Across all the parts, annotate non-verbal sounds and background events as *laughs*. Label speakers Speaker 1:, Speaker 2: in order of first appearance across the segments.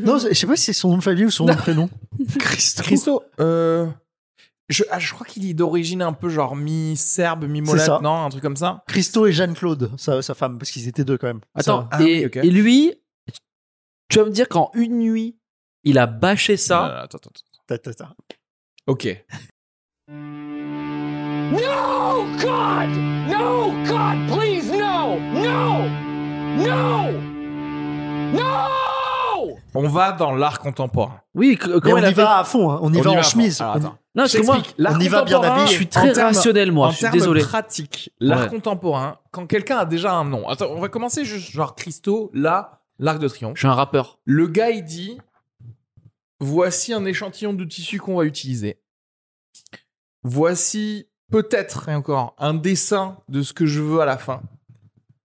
Speaker 1: Non, c'est- je sais pas si c'est son nom de famille ou son nom de prénom. Christo.
Speaker 2: Christo, euh, je, ah, je crois qu'il est d'origine un peu genre mi-serbe,
Speaker 1: C'est ça.
Speaker 2: mi-molatte, non Un truc comme ça
Speaker 1: Christo et Jeanne-Claude, sa, sa femme, parce qu'ils étaient deux quand même.
Speaker 3: Attends,
Speaker 2: Ah
Speaker 3: et,
Speaker 2: oui, ok.
Speaker 3: et lui, tu vas me dire qu'en une nuit, il a bâché ça.
Speaker 2: Euh, attends, attends. attends.
Speaker 1: Ça- ta- ta- ta.
Speaker 2: Ok.
Speaker 4: No, Oh God! No, God, please, no! No! No! No!
Speaker 2: On va dans l'art contemporain.
Speaker 3: Oui, c-
Speaker 1: Mais
Speaker 3: comment il
Speaker 1: on
Speaker 3: a
Speaker 1: y
Speaker 3: fait
Speaker 1: va à fond, hein. on y va
Speaker 2: y
Speaker 1: en
Speaker 2: à fond.
Speaker 1: chemise.
Speaker 2: Alors,
Speaker 1: On-
Speaker 2: attends.
Speaker 3: Non, parce que moi,
Speaker 2: J'explique. L'art
Speaker 1: on y va bien
Speaker 2: contemporain,
Speaker 1: habillé.
Speaker 3: je suis très
Speaker 2: en termes-
Speaker 3: rationnel, moi.
Speaker 2: en
Speaker 3: Oh, Je suis
Speaker 2: termes
Speaker 3: désolé.
Speaker 2: pratiques, l'art
Speaker 3: Ouais.
Speaker 2: contemporain, quand quelqu'un a déjà un nom. Attends, on va commencer juste genre Christo, là, l'arc de triomphe.
Speaker 3: Je suis un rappeur.
Speaker 2: Le gars, il dit Voici un échantillon de tissu qu'on va utiliser. Voici peut-être, et encore, un dessin de ce que je veux à la fin.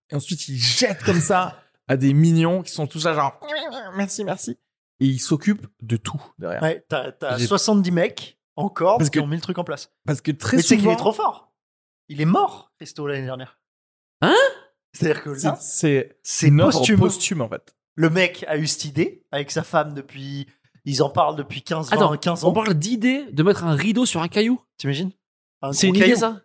Speaker 2: Et ensuite, il jette comme ça à des mignons qui sont tous là, genre *laughs* Merci, merci. Et il s'occupe de tout derrière.
Speaker 1: Ah Ouais, t'as, t'as
Speaker 2: J'ai-
Speaker 1: 70 mecs encore
Speaker 2: Parce
Speaker 1: parce
Speaker 2: que-
Speaker 1: qu'ils ont mis le truc en place.
Speaker 2: Parce que très
Speaker 1: Mais c'est qu'il
Speaker 2: souvent.
Speaker 1: est trop fort. Il est mort, Christo, l'année dernière.
Speaker 3: Hein
Speaker 1: C'est-à-dire que là,
Speaker 2: c'est- C'est
Speaker 1: c'est
Speaker 2: une œuvre
Speaker 1: posthume.
Speaker 2: posthume, en fait.
Speaker 1: Le mec a eu cette idée avec sa femme depuis. Ils en parlent depuis 15, 20,
Speaker 3: Attends,
Speaker 1: 15
Speaker 3: on
Speaker 1: ans.
Speaker 3: parle d'idée de mettre un rideau sur un caillou.
Speaker 1: T'imagines Un
Speaker 3: C'est une
Speaker 1: gros
Speaker 3: idée,
Speaker 1: caillou.
Speaker 3: ça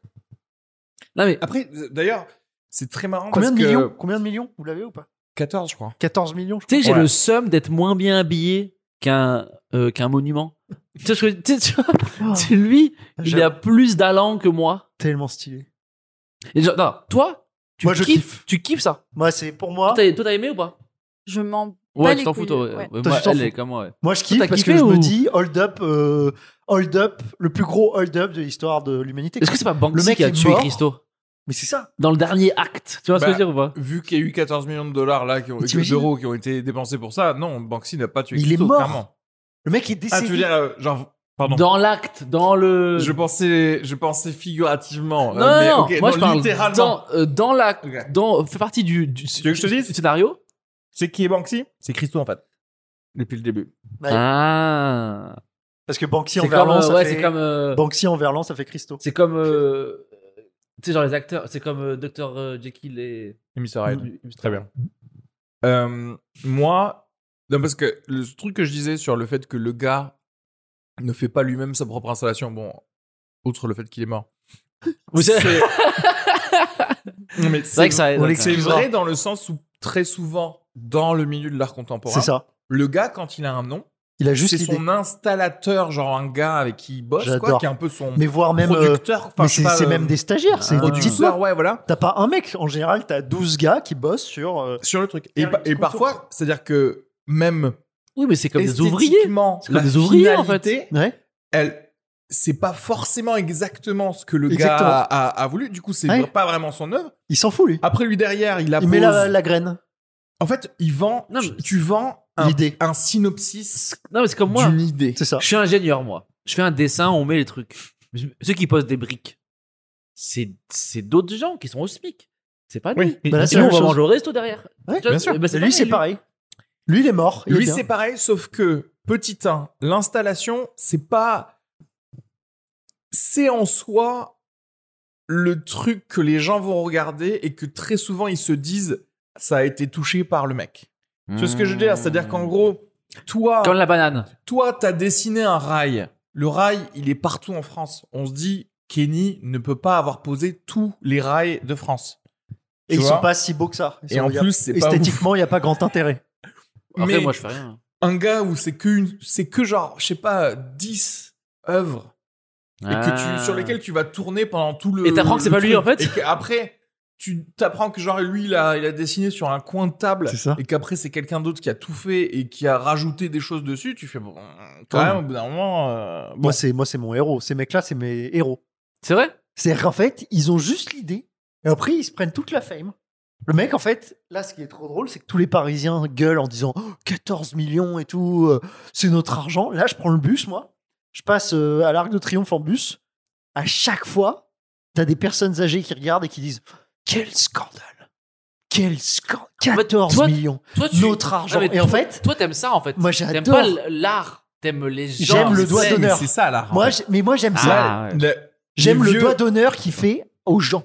Speaker 3: Non, mais
Speaker 2: Après, d'ailleurs, c'est très marrant.
Speaker 1: Combien de,
Speaker 2: parce
Speaker 1: millions
Speaker 2: que...
Speaker 1: Combien de millions Vous l'avez ou pas
Speaker 2: 14, je crois.
Speaker 1: 14 millions, je
Speaker 3: tu sais, j'ai
Speaker 2: Ouais.
Speaker 3: le seum d'être moins bien habillé qu'un euh, qu'un monument. tu sais, ce que je- tu sais, tu vois,
Speaker 1: *laughs* crois.
Speaker 3: c'est lui,
Speaker 1: Oh,
Speaker 3: il
Speaker 1: j'aime.
Speaker 3: a plus d'allant que moi.
Speaker 1: tellement stylé.
Speaker 3: Et genre, non, toi, tu
Speaker 1: Moi, je
Speaker 3: kiffes,
Speaker 1: kiffe.
Speaker 3: tu kiffes ça.
Speaker 1: Moi, c'est pour moi.
Speaker 3: Toi, t'as toi, t'as aimé ou pas
Speaker 5: Je m'en.
Speaker 3: Ouais,
Speaker 5: Pas
Speaker 3: tu
Speaker 5: les
Speaker 3: t'en fous,
Speaker 5: couilles,
Speaker 3: toi. ouais.
Speaker 5: ouais.
Speaker 3: Ouais,
Speaker 1: Toi,
Speaker 3: moi,
Speaker 1: tu t'en
Speaker 3: elle
Speaker 1: fous.
Speaker 3: est comme moi. ouais.
Speaker 1: Moi, je kiffe
Speaker 3: t'as
Speaker 1: parce que
Speaker 3: kiffé
Speaker 1: je
Speaker 3: ou-
Speaker 1: me dis hold up, euh, hold up, le plus gros hold up de l'histoire de l'humanité.
Speaker 3: Est-ce que c'est pas Banksy
Speaker 1: Le mec
Speaker 3: qui a
Speaker 1: est
Speaker 3: tué
Speaker 1: mort.
Speaker 3: Christo
Speaker 1: Mais c'est ça.
Speaker 3: dans le dernier acte Tu vois ce que
Speaker 2: Bah,
Speaker 3: je veux dire ou pas
Speaker 2: Vu qu'il y a eu 14 millions de dollars là, qui ont,
Speaker 1: T'imagines
Speaker 2: d'euros qui ont été dépensés pour ça, non, Banksy n'a pas tué
Speaker 1: Il est
Speaker 2: Christo,
Speaker 1: mort.
Speaker 2: clairement.
Speaker 1: Le mec est
Speaker 2: Ah,
Speaker 1: décédé.
Speaker 2: tu veux dire, euh, genre, pardon.
Speaker 3: Dans l'acte, dans le.
Speaker 2: Je pensais, je pensais figurativement. euh,
Speaker 3: Non, non,
Speaker 2: mais,
Speaker 3: non,
Speaker 2: ok,
Speaker 3: moi
Speaker 2: non,
Speaker 3: je parle
Speaker 2: littéralement.
Speaker 3: dans, euh, dans l'acte,
Speaker 2: Ok.
Speaker 3: dans fait partie du, du,
Speaker 2: veux que je te
Speaker 3: du-
Speaker 2: dise
Speaker 3: du scénario.
Speaker 2: C'est qui est Banksy C'est Christo en fait. Depuis le début.
Speaker 1: Ouais.
Speaker 3: Ah,
Speaker 1: Parce que Banksy en
Speaker 3: c'est comme,
Speaker 1: Verlan,
Speaker 3: euh,
Speaker 1: ça
Speaker 3: ouais,
Speaker 1: fait...
Speaker 3: c'est comme, euh,
Speaker 1: Banksy en Verlan, ça fait Christo.
Speaker 3: c'est comme, euh, tu sais genre les acteurs, c'est comme euh, Dr euh, Jekyll et.
Speaker 2: Et Mr. Hyde. Très bien. Euh, moi, non, parce que le truc que je disais sur le fait que le gars ne fait pas lui-même sa propre installation, bon, outre le fait qu'il est mort.
Speaker 3: Vous savez-
Speaker 2: *laughs* Non, mais
Speaker 3: C'est vrai que ça aide.
Speaker 1: on
Speaker 3: ouais,
Speaker 2: C'est
Speaker 1: l'excuse.
Speaker 3: quand
Speaker 2: vrai dans le sens où très souvent, dans le milieu de l'art contemporain,
Speaker 1: C'est ça.
Speaker 2: le gars, quand il a un nom,
Speaker 1: Il a juste
Speaker 2: c'est
Speaker 1: l'idée.
Speaker 2: son installateur, genre un gars avec qui il bosse, quoi,
Speaker 1: J'adore.
Speaker 2: qui est un peu son
Speaker 1: Mais voire même. euh,
Speaker 2: producteur. enfin,
Speaker 1: mais
Speaker 2: je sais
Speaker 1: c'est
Speaker 2: pas,
Speaker 1: c'est
Speaker 2: euh,
Speaker 1: même des stagiaires. C'est des petites
Speaker 2: producteur,
Speaker 1: boîtes.
Speaker 2: ouais, voilà,
Speaker 1: T'as pas un mec. En général, t'as 12 gars qui bossent sur. euh,
Speaker 2: sur le truc. Et,
Speaker 1: Faire
Speaker 2: pa-
Speaker 1: les petits
Speaker 2: et
Speaker 1: contours.
Speaker 2: parfois, c'est-à-dire que même
Speaker 3: *laughs* Oui, mais c'est comme des ouvriers.
Speaker 2: esthétiquement,
Speaker 3: C'est comme
Speaker 2: la
Speaker 3: des ouvriers, en
Speaker 2: finalité,
Speaker 1: Ouais.
Speaker 2: elle, c'est pas forcément exactement ce que le
Speaker 1: Exactement.
Speaker 2: gars a, a- a voulu. Du coup, c'est
Speaker 1: Ouais.
Speaker 2: pas vraiment son œuvre.
Speaker 1: Il s'en fout, lui.
Speaker 2: Après lui derrière, il a
Speaker 1: Il met Ah, la, la graine.
Speaker 2: En fait, il vend.
Speaker 3: Non,
Speaker 2: tu,
Speaker 3: mais-
Speaker 2: tu vends un,
Speaker 1: L'idée.
Speaker 2: un synopsis
Speaker 3: Non, mais c'est comme moi.
Speaker 2: d'une idée.
Speaker 1: C'est ça.
Speaker 3: Je suis ingénieur, moi. Je fais un dessin, on met les trucs. Je- Ceux qui posent des briques, c'est c'est d'autres gens qui sont au SMIC. C'est pas lui.
Speaker 2: Oui.
Speaker 3: Et
Speaker 1: Bah là, c'est
Speaker 3: sinon,
Speaker 1: la
Speaker 3: on va
Speaker 1: même chose.
Speaker 3: manger au resto derrière.
Speaker 1: Ouais,
Speaker 3: Tu vois,
Speaker 2: bien sûr.
Speaker 3: eh ben,
Speaker 1: lui, c'est pareil. Lui, il est mort. il est
Speaker 2: Lui,
Speaker 1: bien.
Speaker 2: c'est pareil, sauf que, petit 1, l'installation, c'est pas. C'est en soi le truc que les gens vont regarder et que très souvent ils se disent ça a été touché par le mec. Tu vois ce que je veux dire C'est-à-dire
Speaker 1: Hmm.
Speaker 2: qu'en gros,
Speaker 1: Ah.
Speaker 2: toi,
Speaker 3: Comme la banane.
Speaker 2: toi, t'as dessiné un rail. Le rail, il est partout en France. On se dit, Kenny ne peut pas avoir posé tous les rails de France. Tu
Speaker 1: Et ils
Speaker 2: vois
Speaker 1: sont pas si beaux que ça. Ils
Speaker 2: Et
Speaker 1: sont-
Speaker 2: en
Speaker 1: y a-
Speaker 2: plus, c'est pas ouf.
Speaker 1: esthétiquement, il n'y a pas grand intérêt.
Speaker 3: Après,
Speaker 2: Mais-
Speaker 3: moi, je fais rien.
Speaker 2: un gars où c'est que, une- c'est que genre, je sais pas, 10 œuvres et que
Speaker 1: Ah.
Speaker 3: Ah.
Speaker 2: tu, sur lesquelles tu vas tourner pendant tout le.
Speaker 3: Et t'apprends que c'est
Speaker 2: le
Speaker 3: pas lui, en fait
Speaker 2: Et qu'après, tu t'apprends que genre lui, il a, il a dessiné sur un coin de table.
Speaker 1: C'est ça.
Speaker 2: Et qu'après, c'est quelqu'un d'autre qui a tout fait et qui a rajouté des choses dessus. Tu fais, bon, quand
Speaker 1: Ouais.
Speaker 2: même, au bout d'un moment. euh, bon.
Speaker 1: Moi, c'est moi, c'est mon héros. Ces mecs-là, c'est mes héros.
Speaker 3: C'est vrai
Speaker 1: C'est-à-dire qu'en fait, ils ont juste l'idée. Et après, ils se prennent toute la fame. Le mec, en fait, là, ce qui est trop drôle, c'est que tous les Parisiens gueulent en disant Oh, 14 millions et tout, euh, c'est notre argent. Là, je prends le bus, moi. Je passe euh, à l'Arc de Triomphe en bus. À chaque fois, t'as des personnes âgées qui regardent et qui disent Quel scandale Quel scandale
Speaker 3: En fait,
Speaker 1: 14
Speaker 3: Ah, toi,
Speaker 1: millions
Speaker 3: Toi, tu- Ah,
Speaker 1: Notre argent.
Speaker 3: mais
Speaker 1: Et
Speaker 3: toi-
Speaker 1: en fait-
Speaker 3: Toi, t'aimes ça, en fait.
Speaker 1: Moi,
Speaker 3: T'aimes
Speaker 1: j'adore.
Speaker 3: pas l- l'art. T'aimes les gens.
Speaker 1: J'aime le doigt
Speaker 2: C'est-
Speaker 1: d'honneur.
Speaker 2: C'est ça, l'art. en
Speaker 1: Moi,
Speaker 2: fait.
Speaker 1: j'ai- mais moi, j'aime ça.
Speaker 3: Ah, ouais.
Speaker 2: Le-
Speaker 1: J'aime
Speaker 2: les
Speaker 1: le
Speaker 2: vieux-
Speaker 1: doigt d'honneur qu'il fait aux gens.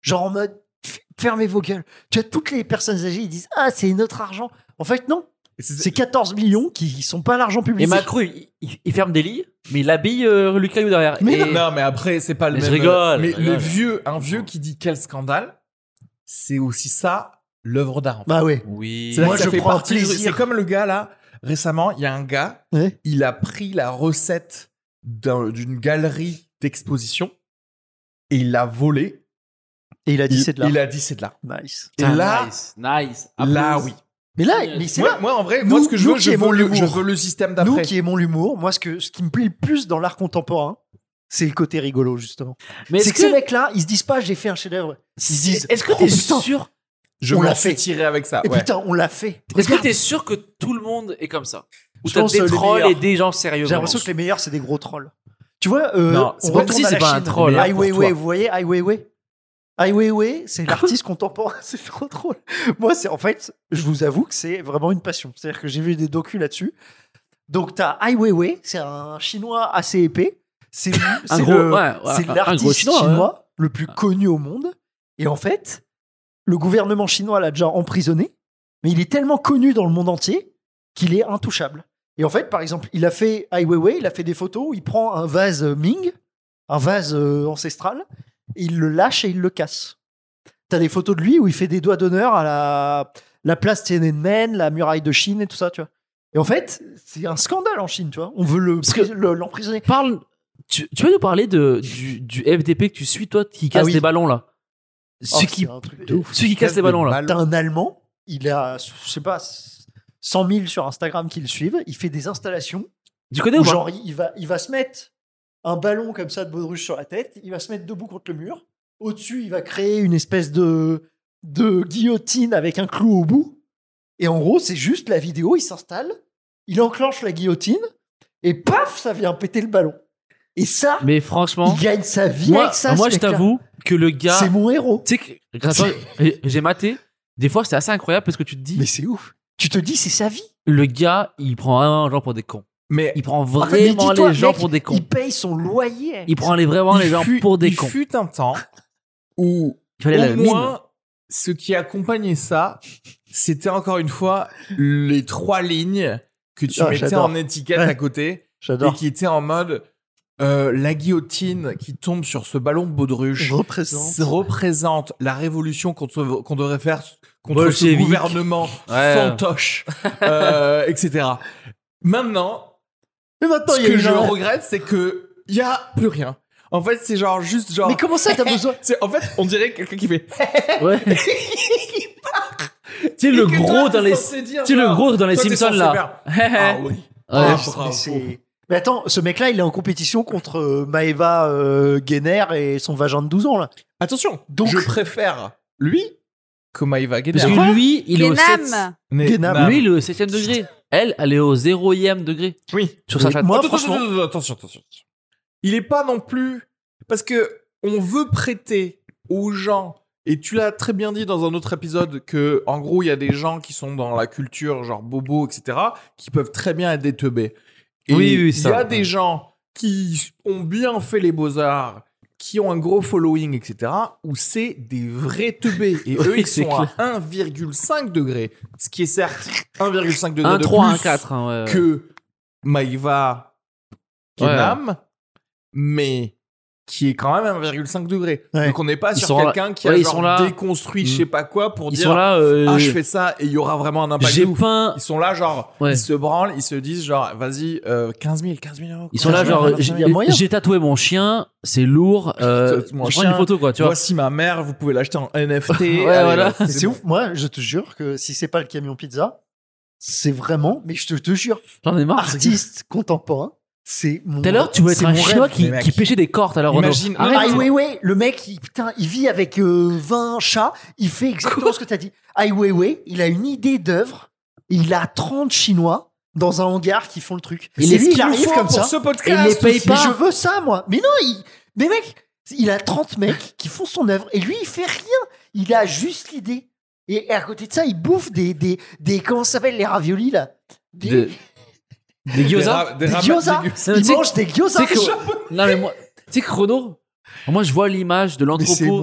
Speaker 1: Genre en mode, f- fermez vos gueules. Tu as toutes les personnes âgées, ils disent Ah, c'est notre argent. En fait, non. C'est 14 millions qui sont pas l'argent public.
Speaker 3: Et Macron, il, il- il ferme des lits, mais il habille euh, Luc Caillou derrière.
Speaker 1: Mais
Speaker 3: Et-
Speaker 2: Non, mais après, c'est pas le
Speaker 3: Mais
Speaker 2: même. euh,
Speaker 3: je rigole,
Speaker 2: Mais
Speaker 3: je rigole.
Speaker 2: le vieux, un vieux qui dit quel scandale, c'est aussi ça, l'œuvre d'art. en fait.
Speaker 1: Bah ouais.
Speaker 3: Oui.
Speaker 2: C'est là
Speaker 1: Moi,
Speaker 2: que ça
Speaker 1: je
Speaker 2: fait
Speaker 1: prends
Speaker 2: partie du-
Speaker 1: plaisir.
Speaker 2: C'est comme le gars là, récemment, il y a un gars,
Speaker 1: Ouais.
Speaker 2: il a pris la recette d'un- d'une galerie d'exposition et il l'a volée.
Speaker 1: Et il a dit
Speaker 2: Il,
Speaker 1: c'est de l'art.
Speaker 2: il a dit c'est de l'art.
Speaker 1: Nice.
Speaker 2: Et
Speaker 3: Putain,
Speaker 2: là,
Speaker 3: Ah, nice, nice. Ah,
Speaker 2: là,
Speaker 3: Applause.
Speaker 2: oui.
Speaker 1: Mais là,
Speaker 3: Génial.
Speaker 1: mais c'est
Speaker 2: Moi,
Speaker 1: là.
Speaker 2: moi, en vrai,
Speaker 1: Nous-
Speaker 2: moi, ce que je
Speaker 1: nous
Speaker 2: veux,
Speaker 1: qui
Speaker 2: je
Speaker 1: aimons
Speaker 2: veux, le,
Speaker 1: l'humour.
Speaker 2: je veux le système
Speaker 1: Nous
Speaker 2: d'après.
Speaker 1: qui aimons l'humour, moi, ce, que, ce qui me plaît le plus dans l'art contemporain, c'est le côté rigolo, justement.
Speaker 3: Mais
Speaker 1: C'est
Speaker 3: est-ce
Speaker 1: que, ces
Speaker 3: que,
Speaker 1: mecs-là, ils se disent pas J'ai fait un chef-d'œuvre.
Speaker 3: c'est-
Speaker 1: disent,
Speaker 3: est-ce que
Speaker 1: Oh,
Speaker 3: t'es
Speaker 1: putain.
Speaker 3: sûr
Speaker 2: Je
Speaker 1: on
Speaker 2: m'en
Speaker 1: l'a
Speaker 2: suis
Speaker 1: fait.
Speaker 2: tiré avec ça.
Speaker 1: Et
Speaker 2: ouais.
Speaker 1: putain, on l'a fait.
Speaker 3: Est-ce que
Speaker 1: Regarde.
Speaker 3: t'es sûr que tout le monde est comme ça Ou
Speaker 1: Je
Speaker 3: t'as
Speaker 1: pense,
Speaker 3: des
Speaker 1: euh, les
Speaker 3: trolls
Speaker 1: meilleurs.
Speaker 3: et des gens sérieux
Speaker 1: J'ai l'impression que les meilleurs, c'est des gros trolls. Tu vois, euh,
Speaker 2: Non,
Speaker 1: on
Speaker 2: c'est pas-
Speaker 1: retourne
Speaker 3: si,
Speaker 1: à
Speaker 3: c'est
Speaker 1: la
Speaker 3: pas un
Speaker 1: Chine.
Speaker 3: troll,
Speaker 2: hein,
Speaker 1: Ai
Speaker 2: pour
Speaker 1: Weiwei,
Speaker 2: toi.
Speaker 1: vous voyez, Ai Weiwei. Ai Weiwei, c'est l'artiste contemporain, *laughs* c'est trop drôle. Moi, c'est en fait, je vous avoue que c'est vraiment une passion. C'est-à-dire que j'ai vu des docus là-dessus. Donc, t'as Ai Weiwei, c'est un chinois assez épais. C'est lui-
Speaker 3: Un
Speaker 1: c'est
Speaker 3: gros-
Speaker 1: le-
Speaker 3: ouais, ouais,
Speaker 1: c'est
Speaker 3: un- un
Speaker 1: l'artiste
Speaker 3: gros chinois, hein. Ah.
Speaker 1: chinois,
Speaker 3: ouais.
Speaker 1: le plus connu au monde. Et en fait, le gouvernement chinois l'a déjà emprisonné, mais il est tellement connu dans le monde entier qu'il est intouchable. Et en fait, par exemple, il a fait Ai Weiwei, il a fait des photos où il prend un vase euh, Ming, un vase euh, ancestral, et il le lâche et il le casse. T'as des photos de lui où il fait des doigts d'honneur à la, la place Tiananmen, la muraille de Chine et tout ça, tu vois. Et en fait, c'est un scandale en Chine, tu vois. On veut le
Speaker 3: Parce que-
Speaker 1: pris- le- l'emprisonner.
Speaker 3: hein. Parle. Tu, tu vas nous parler de, du, du FDP que tu suis, toi, qui casse
Speaker 1: Ah oui.
Speaker 3: les ballons, là
Speaker 1: Oh,
Speaker 3: Ceux qui,
Speaker 1: c'est un truc de ouf.
Speaker 3: ceux qui cassent les ballons, là.
Speaker 1: T'as un Allemand, il a, je sais pas, 100 000 sur Instagram qui le suivent. Il fait des installations
Speaker 3: Tu connais
Speaker 1: où,
Speaker 3: ou pas
Speaker 1: genre, il il va, il va se mettre un ballon comme ça de baudruche sur la tête. Il va se mettre debout contre le mur. Au-dessus, il va créer une espèce de, de guillotine avec un clou au bout. Et en gros, c'est juste la vidéo. Il s'installe, il enclenche la guillotine et paf, ça vient péter le ballon. Et ça,
Speaker 3: Mais franchement,
Speaker 1: il gagne sa vie
Speaker 3: moi,
Speaker 1: avec ça.
Speaker 3: moi
Speaker 1: ce
Speaker 3: je
Speaker 1: mec-là.
Speaker 3: t'avoue que le gars.
Speaker 1: C'est mon héros.
Speaker 3: Tu sais que grâce à toi, j'ai maté. Des fois, c'est assez incroyable parce que tu te dis,
Speaker 1: Mais c'est ouf. Tu te dis, c'est sa vie.
Speaker 3: le gars, il prend vraiment les gens pour des cons.
Speaker 2: Mais
Speaker 3: Il prend
Speaker 1: En fait, mais
Speaker 3: vraiment
Speaker 1: dis-toi,
Speaker 3: les gens
Speaker 1: mec,
Speaker 3: pour des cons.
Speaker 1: Il paye son loyer.
Speaker 3: Il prend les- vraiment les
Speaker 2: il
Speaker 3: gens
Speaker 2: fut-
Speaker 3: pour des
Speaker 2: il
Speaker 3: cons.
Speaker 2: fut un
Speaker 1: *laughs*
Speaker 2: temps où
Speaker 3: Il fallait la
Speaker 2: Au
Speaker 3: mine.
Speaker 2: moins, ce qui accompagnait ça, c'était encore une fois les trois lignes que tu
Speaker 1: Ah,
Speaker 2: mettais
Speaker 1: j'adore.
Speaker 2: en étiquette
Speaker 1: Ouais.
Speaker 2: à côté et
Speaker 1: J'adore.
Speaker 2: qui étaient en mode euh, la guillotine qui tombe sur ce ballon baudruche
Speaker 1: Je représente.
Speaker 2: s- représente la révolution qu'on se- qu'on devrait faire contre
Speaker 3: Bolchevique.
Speaker 2: ce gouvernement
Speaker 3: Ouais.
Speaker 2: fantoche, euh, etc. Maintenant,
Speaker 1: Mais maintenant,
Speaker 2: ce
Speaker 1: il y a
Speaker 2: que
Speaker 1: une
Speaker 2: je
Speaker 1: heure.
Speaker 2: regrette, c'est que il y a plus rien. En fait, c'est genre juste genre.
Speaker 1: Mais comment ça, t'as besoin
Speaker 2: c'est- En fait, on dirait quelqu'un qui fait. *laughs*
Speaker 3: Ouais. Tu sais, le
Speaker 2: Et que toi,
Speaker 3: gros dans
Speaker 2: t'es
Speaker 3: les. Tu
Speaker 2: censé dire,
Speaker 3: sais, le
Speaker 2: genre,
Speaker 3: gros dans les
Speaker 2: toi, t'es
Speaker 3: Simpsons,
Speaker 2: censé
Speaker 3: là.
Speaker 2: faire, Ah
Speaker 3: *laughs* Ouais.
Speaker 2: oui.
Speaker 1: Ah,
Speaker 2: Ouais.
Speaker 1: mais c'est- Mais attends, ce mec-là, il est en compétition contre euh, Maeva euh, Guéner et son vagin de 12 ans, là.
Speaker 2: Attention,
Speaker 1: Donc-
Speaker 2: je préfère lui que Maïva Guédar.
Speaker 3: Parce que lui, il est au
Speaker 5: Guénam.
Speaker 3: 7
Speaker 2: Mais-
Speaker 1: Guénam.
Speaker 2: Non.
Speaker 3: Lui, il est au 7 degré. Elle, elle est au 0ème degré.
Speaker 2: Oui.
Speaker 3: Sur sa
Speaker 1: Mais
Speaker 3: chatte.
Speaker 1: moi,
Speaker 2: Attends,
Speaker 1: franchement-
Speaker 2: attends, attends, attends, attention, attention. Il est pas non plus parce que on veut prêter aux gens. Et tu l'as très bien dit dans un autre épisode que, en gros, il y a des gens qui sont dans la culture, genre bobo, etc., qui peuvent très bien être des teubés. Et
Speaker 3: Oui, oui,
Speaker 2: Il y
Speaker 3: ça,
Speaker 2: a
Speaker 3: ouais.
Speaker 2: des gens qui ont bien fait les beaux-arts, qui ont un gros following, etc., où c'est des vrais teubés.
Speaker 3: *laughs*
Speaker 2: Et eux,
Speaker 3: Oui,
Speaker 2: ils
Speaker 3: c'est
Speaker 2: sont à 1,5 degré. Ce qui est certes 1,5 degré
Speaker 3: Un
Speaker 2: de
Speaker 3: 3,
Speaker 2: plus
Speaker 3: un 4. hein, ouais, ouais.
Speaker 2: que Maïva Kenam, mais qui est quand même 1,5 degré.
Speaker 1: Ouais.
Speaker 2: Donc on n'est pas
Speaker 3: Ils
Speaker 2: sur
Speaker 3: sont là-
Speaker 2: quelqu'un qui
Speaker 3: ouais,
Speaker 2: a
Speaker 3: ils sont
Speaker 2: genre
Speaker 3: là.
Speaker 2: déconstruit je
Speaker 3: Mm.
Speaker 2: sais pas quoi pour
Speaker 3: Ils
Speaker 2: dire
Speaker 3: sont là. euh,
Speaker 2: ah je fais ça et il y aura vraiment un impact.
Speaker 3: J'ai
Speaker 2: de ouf.
Speaker 3: peint.
Speaker 2: Ils sont là genre
Speaker 3: Ouais.
Speaker 2: ils se branlent, ils se disent genre vas-y euh, 15 000, 15 000 euros.
Speaker 3: Ils sont là,
Speaker 2: 15 000,
Speaker 3: genre, euh,
Speaker 2: 25
Speaker 3: j'ai
Speaker 2: 000.
Speaker 1: y a moyen.
Speaker 3: j'ai tatoué mon chien,
Speaker 2: *laughs*
Speaker 3: c'est lourd. Euh, je
Speaker 2: Mon
Speaker 3: prends
Speaker 2: chien,
Speaker 3: une photo, quoi, tu vois.
Speaker 2: Voici ma mère, vous pouvez l'acheter
Speaker 3: *laughs*
Speaker 2: en NFT. Allez,
Speaker 3: voilà.
Speaker 2: c'est
Speaker 1: C'est
Speaker 2: bon.
Speaker 1: ouf, moi, je te jure que si c'est pas le camion pizza, c'est vraiment, mais je te, te jure,
Speaker 3: J'en ai marre. Ah, c'est-
Speaker 1: artiste contemporain, c'est mon.
Speaker 3: Tout à l'heure, tu voulais
Speaker 1: c'est
Speaker 3: être un
Speaker 1: mon
Speaker 3: chinois
Speaker 1: rêve.
Speaker 3: qui,
Speaker 2: Mais mec.
Speaker 3: qui pêchait des cordes à l'heure
Speaker 2: Imagine- non,
Speaker 1: Ah, Ai
Speaker 2: non,
Speaker 3: Arrête,
Speaker 1: Weiwei, le mec, il, putain, il vit avec euh, 20 chats, il fait exactement ce que t'as dit. Ai Weiwei, il a une idée d'œuvre, il a 30 Chinois dans un hangar qui font le truc.
Speaker 3: Il
Speaker 1: C'est
Speaker 3: est hein.
Speaker 1: lui qui
Speaker 2: Il
Speaker 1: arrive
Speaker 2: faut
Speaker 1: comme
Speaker 2: pour
Speaker 1: ça.
Speaker 2: ce
Speaker 1: Et
Speaker 2: podcast.
Speaker 1: les paye
Speaker 2: aussi.
Speaker 1: pas. Mais je veux ça, moi. Mais non, il... mais mec, il a 30 mecs qui font son œuvre et lui, il fait rien. Il a juste l'idée. Et et à côté de ça, il bouffe des. des, des comment ça s'appelle les raviolis, là Des-
Speaker 3: Des- des
Speaker 2: Des
Speaker 3: gyoza.
Speaker 2: ra-
Speaker 1: Des
Speaker 2: ra-
Speaker 1: gyozas.
Speaker 2: des-
Speaker 3: Non,
Speaker 1: Il
Speaker 3: tu sais-
Speaker 1: mange des gyozas.
Speaker 3: tu sais que- Non, mais moi, tu sais que Renaud, moi, je vois l'image de
Speaker 1: c'est mon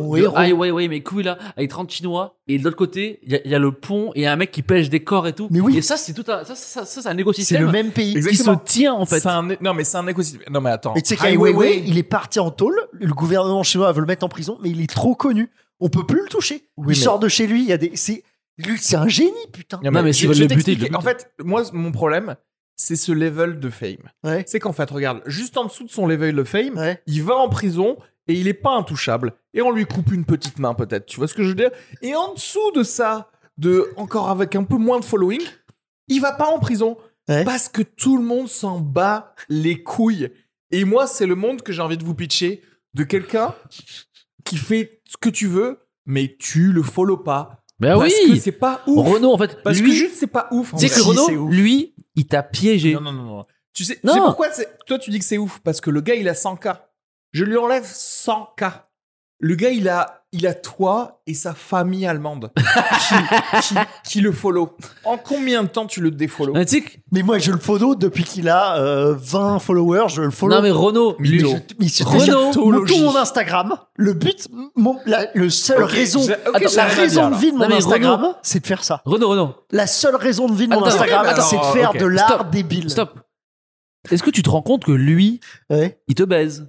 Speaker 3: l'entrepôt de
Speaker 1: héros.
Speaker 3: Ai Weiwei, mes couilles là, avec 30 chinois, et de l'autre côté, il y a- il y, a le pont, et il y a un mec qui pêche des corps et tout.
Speaker 1: Mais oui.
Speaker 3: Et ça, c'est tout un, ça, ça, ça, ça, c'est un
Speaker 1: C'est le
Speaker 3: écosystème
Speaker 1: même pays.
Speaker 3: qui se
Speaker 2: Exactement.
Speaker 3: tient, en fait.
Speaker 2: C'est un é- non mais c'est un écosystème. Non mais attends.
Speaker 1: Et tu sais
Speaker 2: Ai
Speaker 1: qu'Ai Weiwei, il est parti en tôle. Le gouvernement chinois veut le mettre en prison, mais il est trop connu. On peut plus le toucher. il
Speaker 2: Oui, mais-
Speaker 1: sort de chez lui. Il y a des. C'est lui, c'est un génie, putain.
Speaker 3: Non, mais
Speaker 2: je-
Speaker 3: s'ils veulent
Speaker 2: je
Speaker 3: le buter,
Speaker 2: t'explique.
Speaker 3: ils le butent.
Speaker 2: En fait, moi, mon problème, c'est ce level de fame.
Speaker 1: Ouais.
Speaker 2: C'est qu'en fait, regarde, juste en dessous de son level de fame,
Speaker 1: Ouais.
Speaker 2: il va en prison et il est pas intouchable. Et on lui coupe une petite main, peut-être. Tu vois ce que je veux dire Et en dessous de ça, de encore avec un peu moins de following, il va pas en prison
Speaker 1: Ouais.
Speaker 2: parce que tout le monde s'en bat les couilles. Et moi, c'est le monde que j'ai envie de vous pitcher de quelqu'un qui fait ce que tu veux, mais tu le follow pas.
Speaker 3: Ben
Speaker 2: parce que
Speaker 3: oui!
Speaker 2: c'est pas ouf.
Speaker 3: Renaud, en fait,
Speaker 2: Parce que
Speaker 3: lui,
Speaker 2: juste, c'est pas ouf. en
Speaker 3: tu sais
Speaker 2: vrai.
Speaker 3: que
Speaker 1: Si,
Speaker 3: Renaud,
Speaker 1: c'est ouf.
Speaker 3: lui, il t'a piégé.
Speaker 2: Non, non, non, non. Tu sais, tu
Speaker 3: Non.
Speaker 2: sais pourquoi c'est- Toi, tu dis que c'est ouf parce que le gars, il a 100K. Je lui enlève 100K. Le gars, il a, il a toi et sa famille allemande qui, qui, qui le follow. En combien de temps tu le défollow
Speaker 3: Ah, tu sais que-
Speaker 1: Mais moi, je le follow depuis qu'il a euh, 20 followers. Je le follow.
Speaker 3: Non, mais Renaud, lui,
Speaker 1: Mais je- mais c'est
Speaker 3: Renaud.
Speaker 1: déjà- mon-
Speaker 3: Tautologie.
Speaker 1: tout mon Instagram, le but, mon- la, le seul
Speaker 2: Ok,
Speaker 1: raison,
Speaker 2: j'ai- ok,
Speaker 1: Attends,
Speaker 2: j'ai
Speaker 1: la
Speaker 2: rien à
Speaker 1: raison
Speaker 2: dire,
Speaker 1: de
Speaker 2: là.
Speaker 1: vie de
Speaker 3: Non,
Speaker 1: mon
Speaker 3: mais
Speaker 1: Instagram, c'est de faire ça.
Speaker 3: Renaud, Renaud,
Speaker 1: La seule raison de vie de mon
Speaker 3: Attends,
Speaker 1: Instagram,
Speaker 2: ok, mais
Speaker 1: c'est de
Speaker 2: alors,
Speaker 1: faire
Speaker 2: ok.
Speaker 1: de l'art
Speaker 3: Stop.
Speaker 1: débile.
Speaker 3: stop. Est-ce que tu te rends compte que lui,
Speaker 1: Ouais.
Speaker 3: il te baise?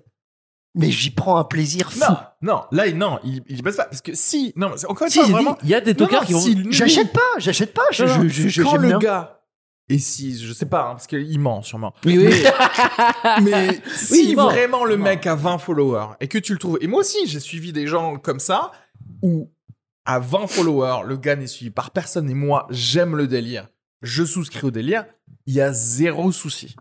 Speaker 1: Mais j'y prends un plaisir fou.
Speaker 2: Non, non, là, il- non, il, il passe pas. Parce que si, non, c'est encore une
Speaker 3: Si,
Speaker 2: fois,
Speaker 3: j'ai dit,
Speaker 2: vraiment.
Speaker 3: il y a des
Speaker 2: Non,
Speaker 3: tocards
Speaker 2: non,
Speaker 3: qui vont.
Speaker 2: si lui-
Speaker 1: J'achète pas, j'achète pas. Je,
Speaker 2: Non, non,
Speaker 1: je- je- je-
Speaker 2: quand
Speaker 1: j'aime
Speaker 2: le
Speaker 1: bien.
Speaker 2: gars, et si, je sais pas, hein, parce qu'il ment sûrement.
Speaker 3: Oui, oui.
Speaker 2: Mais si
Speaker 3: il ment.
Speaker 2: vraiment le
Speaker 3: Il ment.
Speaker 2: mec a 20 followers et que tu le trouves. Et moi aussi, j'ai suivi des gens comme ça où à 20 followers, le gars n'est suivi par personne et moi, j'aime le délire. Je souscris au délire. Il y a zéro souci.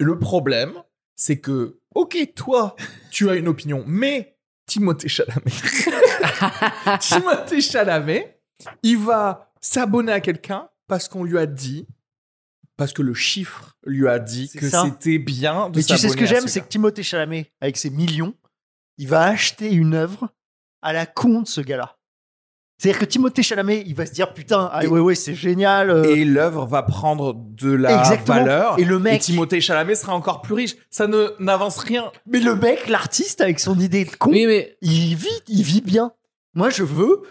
Speaker 2: Le problème, c'est que, ok, toi, tu as une opinion, mais Timothée
Speaker 1: *laughs*
Speaker 2: Chalamet. Timothée Chalamet, il va s'abonner à quelqu'un parce qu'on lui a dit, parce que le chiffre lui a dit
Speaker 1: C'est
Speaker 2: que
Speaker 1: ça.
Speaker 2: c'était bien de
Speaker 1: Mais tu sais ce
Speaker 2: s'abonner
Speaker 1: que
Speaker 2: à
Speaker 1: j'aime,
Speaker 2: ce
Speaker 1: c'est
Speaker 2: gars.
Speaker 1: que Timothée Chalamet, avec ses millions, il va acheter une œuvre à la con de ce gars-là. C'est-à-dire que Timothée Chalamet, il va se dire putain, ah
Speaker 2: Et-
Speaker 1: ouais ouais, c'est génial. euh,
Speaker 2: Et l'œuvre va prendre de la
Speaker 1: Exactement.
Speaker 2: valeur.
Speaker 1: Et le mec-
Speaker 2: Timothée Chalamet sera encore plus riche. Ça ne n'avance rien.
Speaker 1: Mais le mec, l'artiste, avec son idée de con,
Speaker 3: Oui, mais
Speaker 1: il vit, il vit bien. Moi, je veux,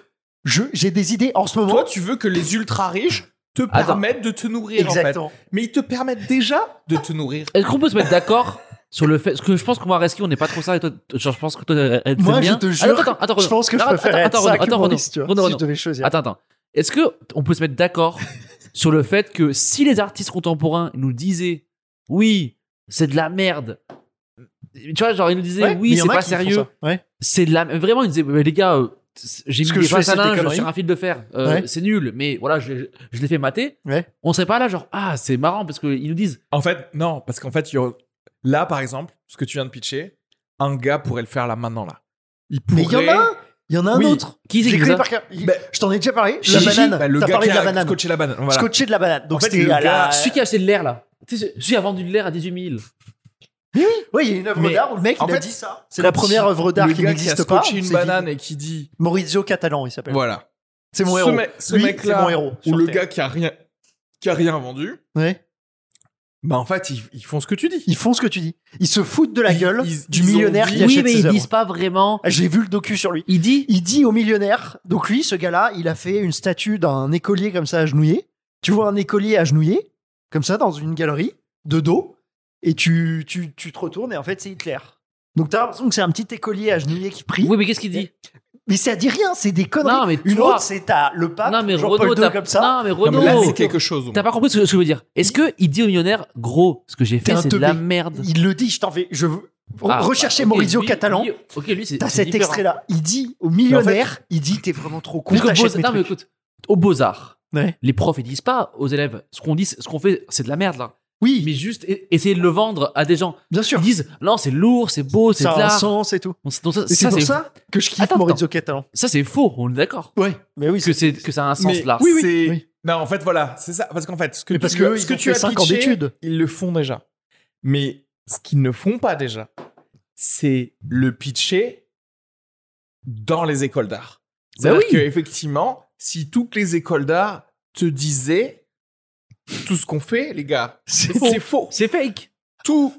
Speaker 1: je, j'ai des idées en ce moment.
Speaker 2: Toi, tu veux que les ultra riches te
Speaker 3: Attends.
Speaker 2: permettent de te nourrir en fait.
Speaker 1: Exactement.
Speaker 2: Mais ils te permettent déjà de te nourrir.
Speaker 3: est-ce qu'on peut se mettre d'accord sur le fait. Parce que je pense qu'on va rescue, on n'est pas trop ça. Et toi, genre, je pense que toi, elle- elle te
Speaker 1: Moi,
Speaker 3: fait bien.
Speaker 1: je te jure,
Speaker 3: Attends, attends, attends,
Speaker 1: je pense que je
Speaker 3: Renaud,
Speaker 1: préfère
Speaker 3: attends,
Speaker 1: être ça
Speaker 3: Renaud,
Speaker 1: que hein.
Speaker 3: attends,
Speaker 1: Maurice, tu vois,
Speaker 3: Renaud,
Speaker 1: si
Speaker 3: Renaud.
Speaker 1: je devais choisir.
Speaker 3: Attends, attends. Est-ce que on peut se mettre d'accord sur le fait que si les artistes contemporains nous disaient oui, c'est de la merde. Tu vois, genre, ils nous disaient
Speaker 1: Ouais, mais
Speaker 3: oui,
Speaker 1: il y en
Speaker 3: c'est
Speaker 1: a
Speaker 3: pas
Speaker 1: qui font
Speaker 3: sérieux.
Speaker 1: ça. Ouais.
Speaker 3: C'est de la vraiment ils disaient mais les gars, euh, c'est- j'ai mis
Speaker 1: Ce que
Speaker 3: des
Speaker 1: je fais,
Speaker 3: pinces à
Speaker 1: c'est des
Speaker 3: linge
Speaker 1: conneries.
Speaker 3: sur un fil de fer. Euh,
Speaker 1: Ouais.
Speaker 3: C'est nul, mais voilà, je, je- je l'ai fait mater.
Speaker 1: Ouais.
Speaker 3: On serait pas là genre ah, c'est marrant parce qu'ils nous disent
Speaker 2: En fait, non, parce qu'en fait, il y a- là, par exemple, ce que tu viens de pitcher, un gars pourrait le faire là maintenant là. Il pourrait.
Speaker 1: Mais il y en a un, il y en a un
Speaker 2: Oui.
Speaker 1: autre.
Speaker 3: qui c'est
Speaker 1: J'ai
Speaker 3: qui
Speaker 1: connu
Speaker 3: nous a-
Speaker 1: par cœur. Il-
Speaker 2: Bah,
Speaker 1: je t'en ai déjà parlé. La
Speaker 2: Gigi,
Speaker 1: banane.
Speaker 2: bah, le
Speaker 1: T'as
Speaker 2: gars
Speaker 1: parlé
Speaker 2: qui
Speaker 1: de la
Speaker 2: a
Speaker 1: banane.
Speaker 2: scotché la banane. Voilà.
Speaker 1: Scotché de la banane. Donc
Speaker 2: En fait,
Speaker 3: euh,
Speaker 1: c'était
Speaker 2: le
Speaker 1: à la-
Speaker 2: gars-
Speaker 3: celui qui a acheté de l'air là. Tu sais, celui qui a vendu de l'air à 18 000.
Speaker 1: Oui, il y a une œuvre
Speaker 2: Mais-
Speaker 1: d'art où le mec
Speaker 2: en
Speaker 1: il a
Speaker 2: fait,
Speaker 1: dit ça. C'est la première œuvre d'art
Speaker 2: Le
Speaker 1: qui
Speaker 2: gars
Speaker 1: n'existe
Speaker 2: a
Speaker 1: pas.
Speaker 2: scotché une
Speaker 1: c'est
Speaker 2: banane et qui dit
Speaker 1: Maurizio Catalan, il s'appelle.
Speaker 2: voilà.
Speaker 1: C'est mon
Speaker 2: ce
Speaker 1: héros.
Speaker 2: mec- ce
Speaker 1: Lui,
Speaker 2: mec-là,
Speaker 1: c'est mon héros.
Speaker 2: Ou
Speaker 1: sur
Speaker 2: le
Speaker 1: Terre.
Speaker 2: gars qui a rien qui a rien vendu.
Speaker 1: Ouais.
Speaker 2: Bah en fait, ils, ils font ce que tu dis.
Speaker 1: Ils font ce que tu dis. Ils se foutent de la
Speaker 2: Ils-
Speaker 1: gueule
Speaker 2: ils-
Speaker 1: du
Speaker 2: ils ont
Speaker 1: millionnaire
Speaker 2: dit-
Speaker 1: qui
Speaker 3: Oui,
Speaker 1: achète
Speaker 3: mais
Speaker 1: ses
Speaker 3: ils
Speaker 1: œuvres.
Speaker 3: disent pas vraiment.
Speaker 1: Ah, J'ai vu le docu sur lui.
Speaker 3: Il dit
Speaker 1: Il dit au millionnaire, donc lui, ce gars-là, il a fait une statue d'un écolier comme ça agenouillé. Tu vois un écolier agenouillé, comme ça, dans une galerie, de dos, et tu, tu, tu te retournes, et en fait, c'est Hitler. Donc t'as l'impression que c'est un petit écolier agenouillé qui prie.
Speaker 3: Oui, mais qu'est-ce qu'il dit
Speaker 1: Mais ça dit rien, c'est des conneries.
Speaker 3: Non, mais
Speaker 1: une
Speaker 3: toi-
Speaker 1: autre, c'est t'as le pape,
Speaker 3: Non, mais
Speaker 1: Jean-Paul
Speaker 3: Renaud,
Speaker 1: II
Speaker 3: t'as
Speaker 1: comme ça.
Speaker 3: Non, mais
Speaker 2: Non, mais là,
Speaker 3: Renaud,
Speaker 2: c'est quelque chose. au
Speaker 3: t'as
Speaker 2: moins.
Speaker 3: pas compris ce que je veux dire. Est-ce que il dit au millionnaire, gros, ce que j'ai
Speaker 1: T'es
Speaker 3: fait,
Speaker 1: un
Speaker 3: c'est de la
Speaker 1: teubé.
Speaker 3: merde.
Speaker 1: Il le dit, je t'en vais. Je veux...
Speaker 3: Ah,
Speaker 1: Recherchez
Speaker 3: bah, ok,
Speaker 1: Maurizio
Speaker 3: lui-
Speaker 1: Catalan.
Speaker 3: lui- Ok, lui, c'est.
Speaker 1: T'as
Speaker 3: c'est
Speaker 1: cet
Speaker 3: différent.
Speaker 1: extrait-là. Il dit au millionnaire, il dit t'es vraiment trop con.
Speaker 3: Parce qu'au
Speaker 1: t'achètes
Speaker 3: Beaux-
Speaker 1: mes
Speaker 3: non, mais
Speaker 1: trucs.
Speaker 3: écoute, aux Beaux-Arts,
Speaker 1: Ouais.
Speaker 3: les profs, ils disent pas aux élèves ce qu'on dit, ce qu'on fait, c'est de la merde, là.
Speaker 1: Oui,
Speaker 3: Mais juste e- essayer de le vendre à des gens.
Speaker 1: bien
Speaker 3: Ils
Speaker 1: sûr.
Speaker 3: disent, non, c'est lourd, c'est beau, c'est de
Speaker 1: Ça a un
Speaker 3: l'art.
Speaker 1: sens et tout.
Speaker 3: Donc, c'est- donc ça,
Speaker 1: Et c'est
Speaker 3: ça,
Speaker 1: pour
Speaker 3: c'est-
Speaker 1: ça que je kiffe
Speaker 3: Attends,
Speaker 1: Maurizio Catalan.
Speaker 3: ça, c'est faux, on est d'accord.
Speaker 1: Ouais, mais oui.
Speaker 3: Que,
Speaker 1: c'est-
Speaker 3: c'est- que ça a un sens,
Speaker 2: Mais
Speaker 3: l'art.
Speaker 1: Oui, oui.
Speaker 2: c'est-
Speaker 1: oui.
Speaker 2: Non, en fait, voilà, c'est ça. Parce qu'en fait, ce que
Speaker 1: Mais
Speaker 2: tu,
Speaker 1: parce que eux,
Speaker 2: ce
Speaker 1: ils
Speaker 2: que
Speaker 1: ont
Speaker 2: tu
Speaker 1: fait
Speaker 2: as
Speaker 1: cinq ans
Speaker 2: pitché,
Speaker 1: d'études.
Speaker 2: ils le font déjà. Mais ce qu'ils ne font pas déjà, c'est le pitcher dans les écoles d'art.
Speaker 3: Bah
Speaker 2: C'est-à-dire
Speaker 3: oui.
Speaker 2: qu'effectivement, si toutes les écoles d'art te disaient tout ce qu'on fait, les gars,
Speaker 1: *laughs* c'est-
Speaker 2: c'est faux.
Speaker 3: C'est fake.
Speaker 2: Tout.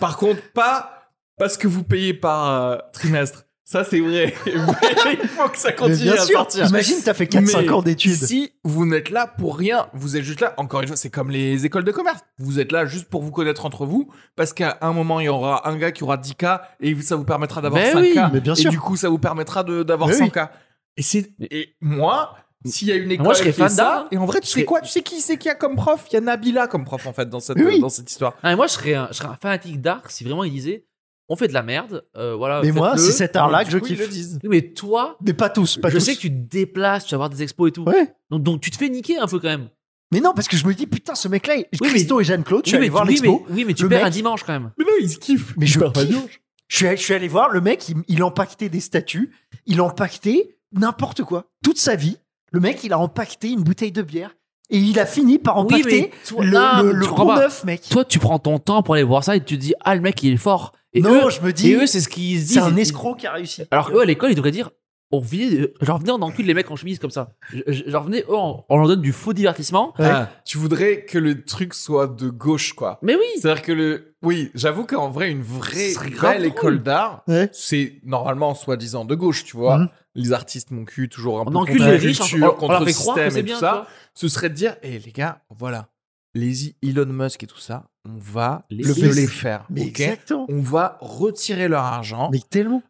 Speaker 2: Par contre, pas parce que vous payez par euh, trimestre. Ça, c'est vrai. *laughs* Mais il faut que ça
Speaker 1: Mais
Speaker 2: continue
Speaker 1: bien
Speaker 2: à
Speaker 1: sûr.
Speaker 2: sortir.
Speaker 1: Imagine, t'as fait 4-5
Speaker 2: Mais
Speaker 1: ans d'études.
Speaker 2: Si vous n'êtes là pour rien, vous êtes juste là, encore une fois, c'est comme les écoles de commerce. Vous êtes là juste pour vous connaître entre vous, parce qu'à un moment, il y aura un gars qui aura 10K et ça vous permettra d'avoir
Speaker 3: Mais
Speaker 2: 5K.
Speaker 3: Ben oui,
Speaker 1: mais bien
Speaker 2: et
Speaker 1: sûr.
Speaker 2: du coup, ça vous permettra de- d'avoir
Speaker 1: Mais oui.
Speaker 2: 100K. Et, c'est, et moi, s'il y a une école
Speaker 3: Moi, je serais
Speaker 2: qui
Speaker 3: fan
Speaker 2: est ça,
Speaker 3: d'art.
Speaker 2: et en vrai, tu
Speaker 3: Je
Speaker 2: sais
Speaker 3: serais-
Speaker 2: quoi Tu sais qui c'est qu'il y a comme prof Il y a Nabila comme prof, en fait, dans cette,
Speaker 1: Mais oui.
Speaker 2: dans cette histoire.
Speaker 3: Ah, mais moi, je serais, un, je serais un fanatique d'art si vraiment il disait, on fait de la merde, euh, voilà.
Speaker 1: Mais moi,
Speaker 3: faites-le. Ah,
Speaker 1: c'est cet art-là que je
Speaker 2: Oui, ils le
Speaker 1: kiffe.
Speaker 2: disent.
Speaker 3: Oui, Mais toi,
Speaker 1: Mais pas tous, pas
Speaker 3: je
Speaker 1: tous.
Speaker 3: sais que tu te déplaces, tu vas voir des expos et tout.
Speaker 1: Ouais.
Speaker 3: Donc, donc tu te fais niquer un peu quand même.
Speaker 1: Mais non, parce que je me dis, putain, ce mec-là, il-
Speaker 3: mais-
Speaker 1: Christo et Jeanne-Claude, je suis
Speaker 3: oui,
Speaker 1: allé
Speaker 3: mais,
Speaker 1: voir
Speaker 3: oui, mais,
Speaker 1: l'expo.
Speaker 3: oui, mais tu
Speaker 1: Le
Speaker 3: perds
Speaker 1: mec-
Speaker 3: un dimanche quand même.
Speaker 2: Mais non, ils se kiffent.
Speaker 1: Mais je
Speaker 2: Ils parlent pas
Speaker 1: kiffe.
Speaker 2: dimanche.
Speaker 1: Je suis, allé, je suis allé voir, le mec, il, il empaquetait des statues, il empaquetait n'importe quoi. Toute sa vie, le mec, il a empaqueté une bouteille de bière et il a fini par
Speaker 3: Oui,
Speaker 1: empaqueter
Speaker 3: mais toi,
Speaker 1: le,
Speaker 3: non,
Speaker 1: le,
Speaker 3: tu
Speaker 1: le
Speaker 3: comprends
Speaker 1: Pont
Speaker 3: pas.
Speaker 1: Neuf, mec.
Speaker 3: Toi, tu prends ton temps pour aller voir ça et tu te dis, ah, le mec, il est fort. Et
Speaker 1: non,
Speaker 3: eux,
Speaker 1: je me
Speaker 3: et
Speaker 1: dis,
Speaker 3: eux, c'est ce qu'ils disent.
Speaker 1: c'est un
Speaker 3: Ils-
Speaker 1: escroc qui a réussi.
Speaker 3: Alors eux à l'école, ils devraient dire on vit, euh, genre venez on encule les mecs en chemise comme ça. Je- je- Genre venez, eux, on, on leur donne du faux divertissement.
Speaker 1: Ouais.
Speaker 2: Ah, tu voudrais que le truc soit de gauche, quoi.
Speaker 3: Mais oui,
Speaker 2: C'est-à-dire que le. Oui, j'avoue qu'en vrai, une vraie,
Speaker 3: Ce serait grave
Speaker 2: belle
Speaker 3: drôle.
Speaker 2: école d'art,
Speaker 1: Ouais.
Speaker 2: c'est normalement soi-disant de gauche, tu vois.
Speaker 1: Mhm.
Speaker 2: Les artistes, mon cul, toujours un
Speaker 3: on
Speaker 2: peu
Speaker 3: encule
Speaker 2: contre
Speaker 3: les
Speaker 2: la
Speaker 3: riches,
Speaker 2: culture,
Speaker 3: on, on
Speaker 2: contre
Speaker 3: leur
Speaker 2: le
Speaker 3: fait croire que
Speaker 2: système
Speaker 3: c'est
Speaker 2: et tout
Speaker 3: bien.
Speaker 2: ça.
Speaker 3: tu vois.
Speaker 2: Ce serait de dire, hé les gars, voilà, les I- Elon Musk et tout ça, on va
Speaker 3: Les
Speaker 2: le
Speaker 1: fils.
Speaker 2: les faire.
Speaker 1: Mais
Speaker 2: ok
Speaker 1: exactement.
Speaker 2: on va retirer leur argent,
Speaker 1: Mais tellement.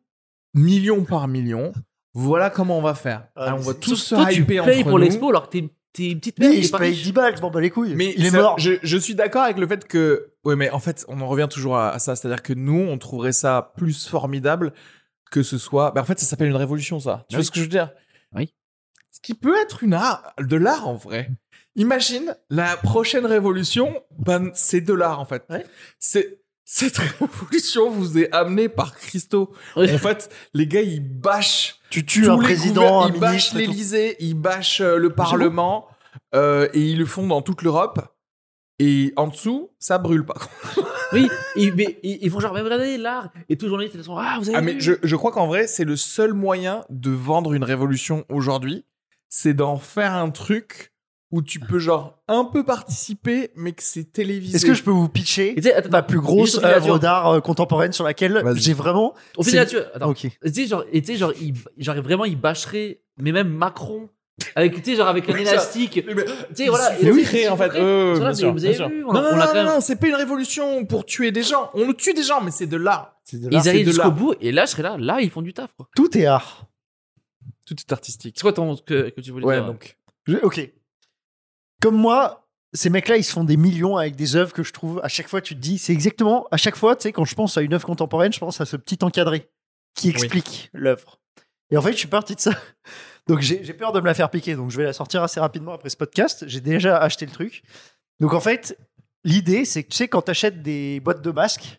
Speaker 2: million par million. Voilà comment on va faire.
Speaker 1: Ah,
Speaker 2: Alors,
Speaker 1: mais
Speaker 2: on va
Speaker 1: c'est-
Speaker 2: tous se
Speaker 3: Toi, tu
Speaker 2: hyper
Speaker 3: payes
Speaker 2: entre
Speaker 3: pour
Speaker 2: nous.
Speaker 3: l'expo alors que t'es t'es une petite merde.
Speaker 1: Mais
Speaker 3: t'es
Speaker 1: je
Speaker 3: pas
Speaker 1: paye
Speaker 3: riche.
Speaker 1: 10 balles, je m'en bats les *laughs* couilles.
Speaker 2: Mais
Speaker 1: il est
Speaker 2: ça-
Speaker 1: mort.
Speaker 2: Je, je suis d'accord avec le fait que. Oui, mais en fait, on en revient toujours à, à ça. C'est-à-dire que nous, on trouverait ça plus formidable que ce soit. Ben, en fait, ça s'appelle une révolution, ça. Tu
Speaker 3: Oui.
Speaker 2: vois ce que je veux dire
Speaker 3: Oui.
Speaker 2: Ce qui peut être une art, de l'art en vrai. Imagine la prochaine révolution, ben, c'est de l'art en fait.
Speaker 1: Ouais.
Speaker 2: C'est. Cette *laughs* révolution vous est amenée par Christo.
Speaker 3: Oui.
Speaker 2: En fait, les gars, ils bâchent
Speaker 1: Tu tues
Speaker 2: tous
Speaker 1: un
Speaker 2: les
Speaker 1: président,
Speaker 2: gouvernements-
Speaker 1: un
Speaker 2: ils bâchent
Speaker 1: ministre. et tout.
Speaker 2: l'Élysée, ils bâchent euh, le Parlement, euh, et ils le font dans toute l'Europe. Et en dessous, ça brûle pas.
Speaker 3: *laughs* Oui, ils, mais ils, ils font genre mais regardez l'art et tous les journalistes ils sont ah vous avez
Speaker 2: Ah, mais
Speaker 3: vu
Speaker 2: je, je crois qu'en vrai, c'est le seul moyen de vendre une révolution aujourd'hui, c'est d'en faire un truc où tu peux genre un peu participer, mais que c'est télévisé.
Speaker 1: Est-ce que je peux vous
Speaker 3: Et tu
Speaker 1: pitcher
Speaker 3: sais, attends,
Speaker 1: ma plus grosse
Speaker 3: juste finir
Speaker 1: œuvre
Speaker 3: là-dessus.
Speaker 1: d'art euh, contemporaine sur laquelle
Speaker 2: Vas-y.
Speaker 1: j'ai vraiment.
Speaker 3: on finit
Speaker 1: c'est-
Speaker 3: là-dessus. Attends,
Speaker 1: Ok.
Speaker 3: tu sais genre et tu sais genre ils genre vraiment ils bâcheraient mais même Macron avec tu sais genre avec un
Speaker 2: Oui, ça-
Speaker 3: élastique.
Speaker 2: *laughs* Mais-
Speaker 3: Tu sais voilà.
Speaker 2: Il
Speaker 3: et-
Speaker 2: oui, créer en
Speaker 3: ils sont
Speaker 2: fait.
Speaker 3: prêts.
Speaker 2: Euh,
Speaker 3: Ils sont là,
Speaker 2: bien
Speaker 3: mais
Speaker 2: sûr,
Speaker 3: vous
Speaker 2: bien
Speaker 3: avez
Speaker 2: sûr.
Speaker 3: vu, hein. on
Speaker 2: Non,
Speaker 3: a-
Speaker 2: non,
Speaker 3: on a
Speaker 2: non,
Speaker 3: quand même-
Speaker 2: non, c'est pas une révolution pour tuer des gens. On tue des gens, mais c'est de l'art.
Speaker 3: Ils arrivent
Speaker 2: de
Speaker 3: jusqu'au
Speaker 2: l'art.
Speaker 3: bout et là je serais là là ils font du taf quoi.
Speaker 1: Tout est art.
Speaker 2: Tout est artistique.
Speaker 3: C'est quoi ton que, que tu voulais
Speaker 2: Ouais, bah,
Speaker 3: dire
Speaker 2: donc.
Speaker 1: Je- Ok. Comme moi, ces mecs-là, ils se font des millions avec des œuvres que je trouve. À chaque fois, tu te dis, c'est exactement. À chaque fois, tu sais, quand je pense à une œuvre contemporaine, je pense à ce petit encadré qui explique l'œuvre. Et en fait, je suis parti de ça. *laughs* Donc, j'ai j'ai peur de me la faire piquer. Donc, je vais la sortir assez rapidement après ce podcast. J'ai déjà acheté le truc. Donc, en fait, l'idée, c'est que tu sais, quand tu achètes des boîtes de masques,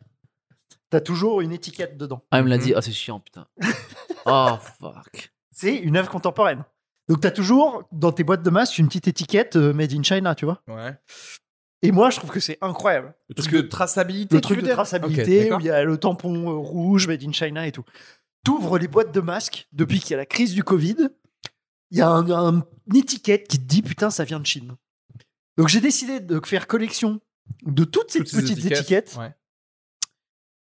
Speaker 1: tu as toujours une étiquette dedans.
Speaker 3: Ah, il me l'a
Speaker 2: Mhm.
Speaker 3: dit. Ah, c'est chiant, putain. *laughs* oh, fuck.
Speaker 1: C'est une œuvre contemporaine. Donc, tu as toujours dans tes boîtes de masques une petite étiquette euh, made in China, tu vois.
Speaker 2: Ouais.
Speaker 1: Et moi, je trouve que c'est incroyable.
Speaker 2: Le truc de traçabilité.
Speaker 1: Le
Speaker 2: tu
Speaker 1: truc
Speaker 2: veux
Speaker 1: de
Speaker 2: dire
Speaker 1: traçabilité,
Speaker 2: Ok, d'accord.
Speaker 1: où il y a le tampon euh, rouge, made in China et tout. T'ouvres les boîtes de masques depuis qu'il y a la crise du Covid. Il y a un, un- une étiquette qui te dit putain, ça vient de Chine. Donc j'ai décidé de faire collection de toutes ces
Speaker 2: Toutes ces
Speaker 1: petites étiquettes.
Speaker 2: ouais.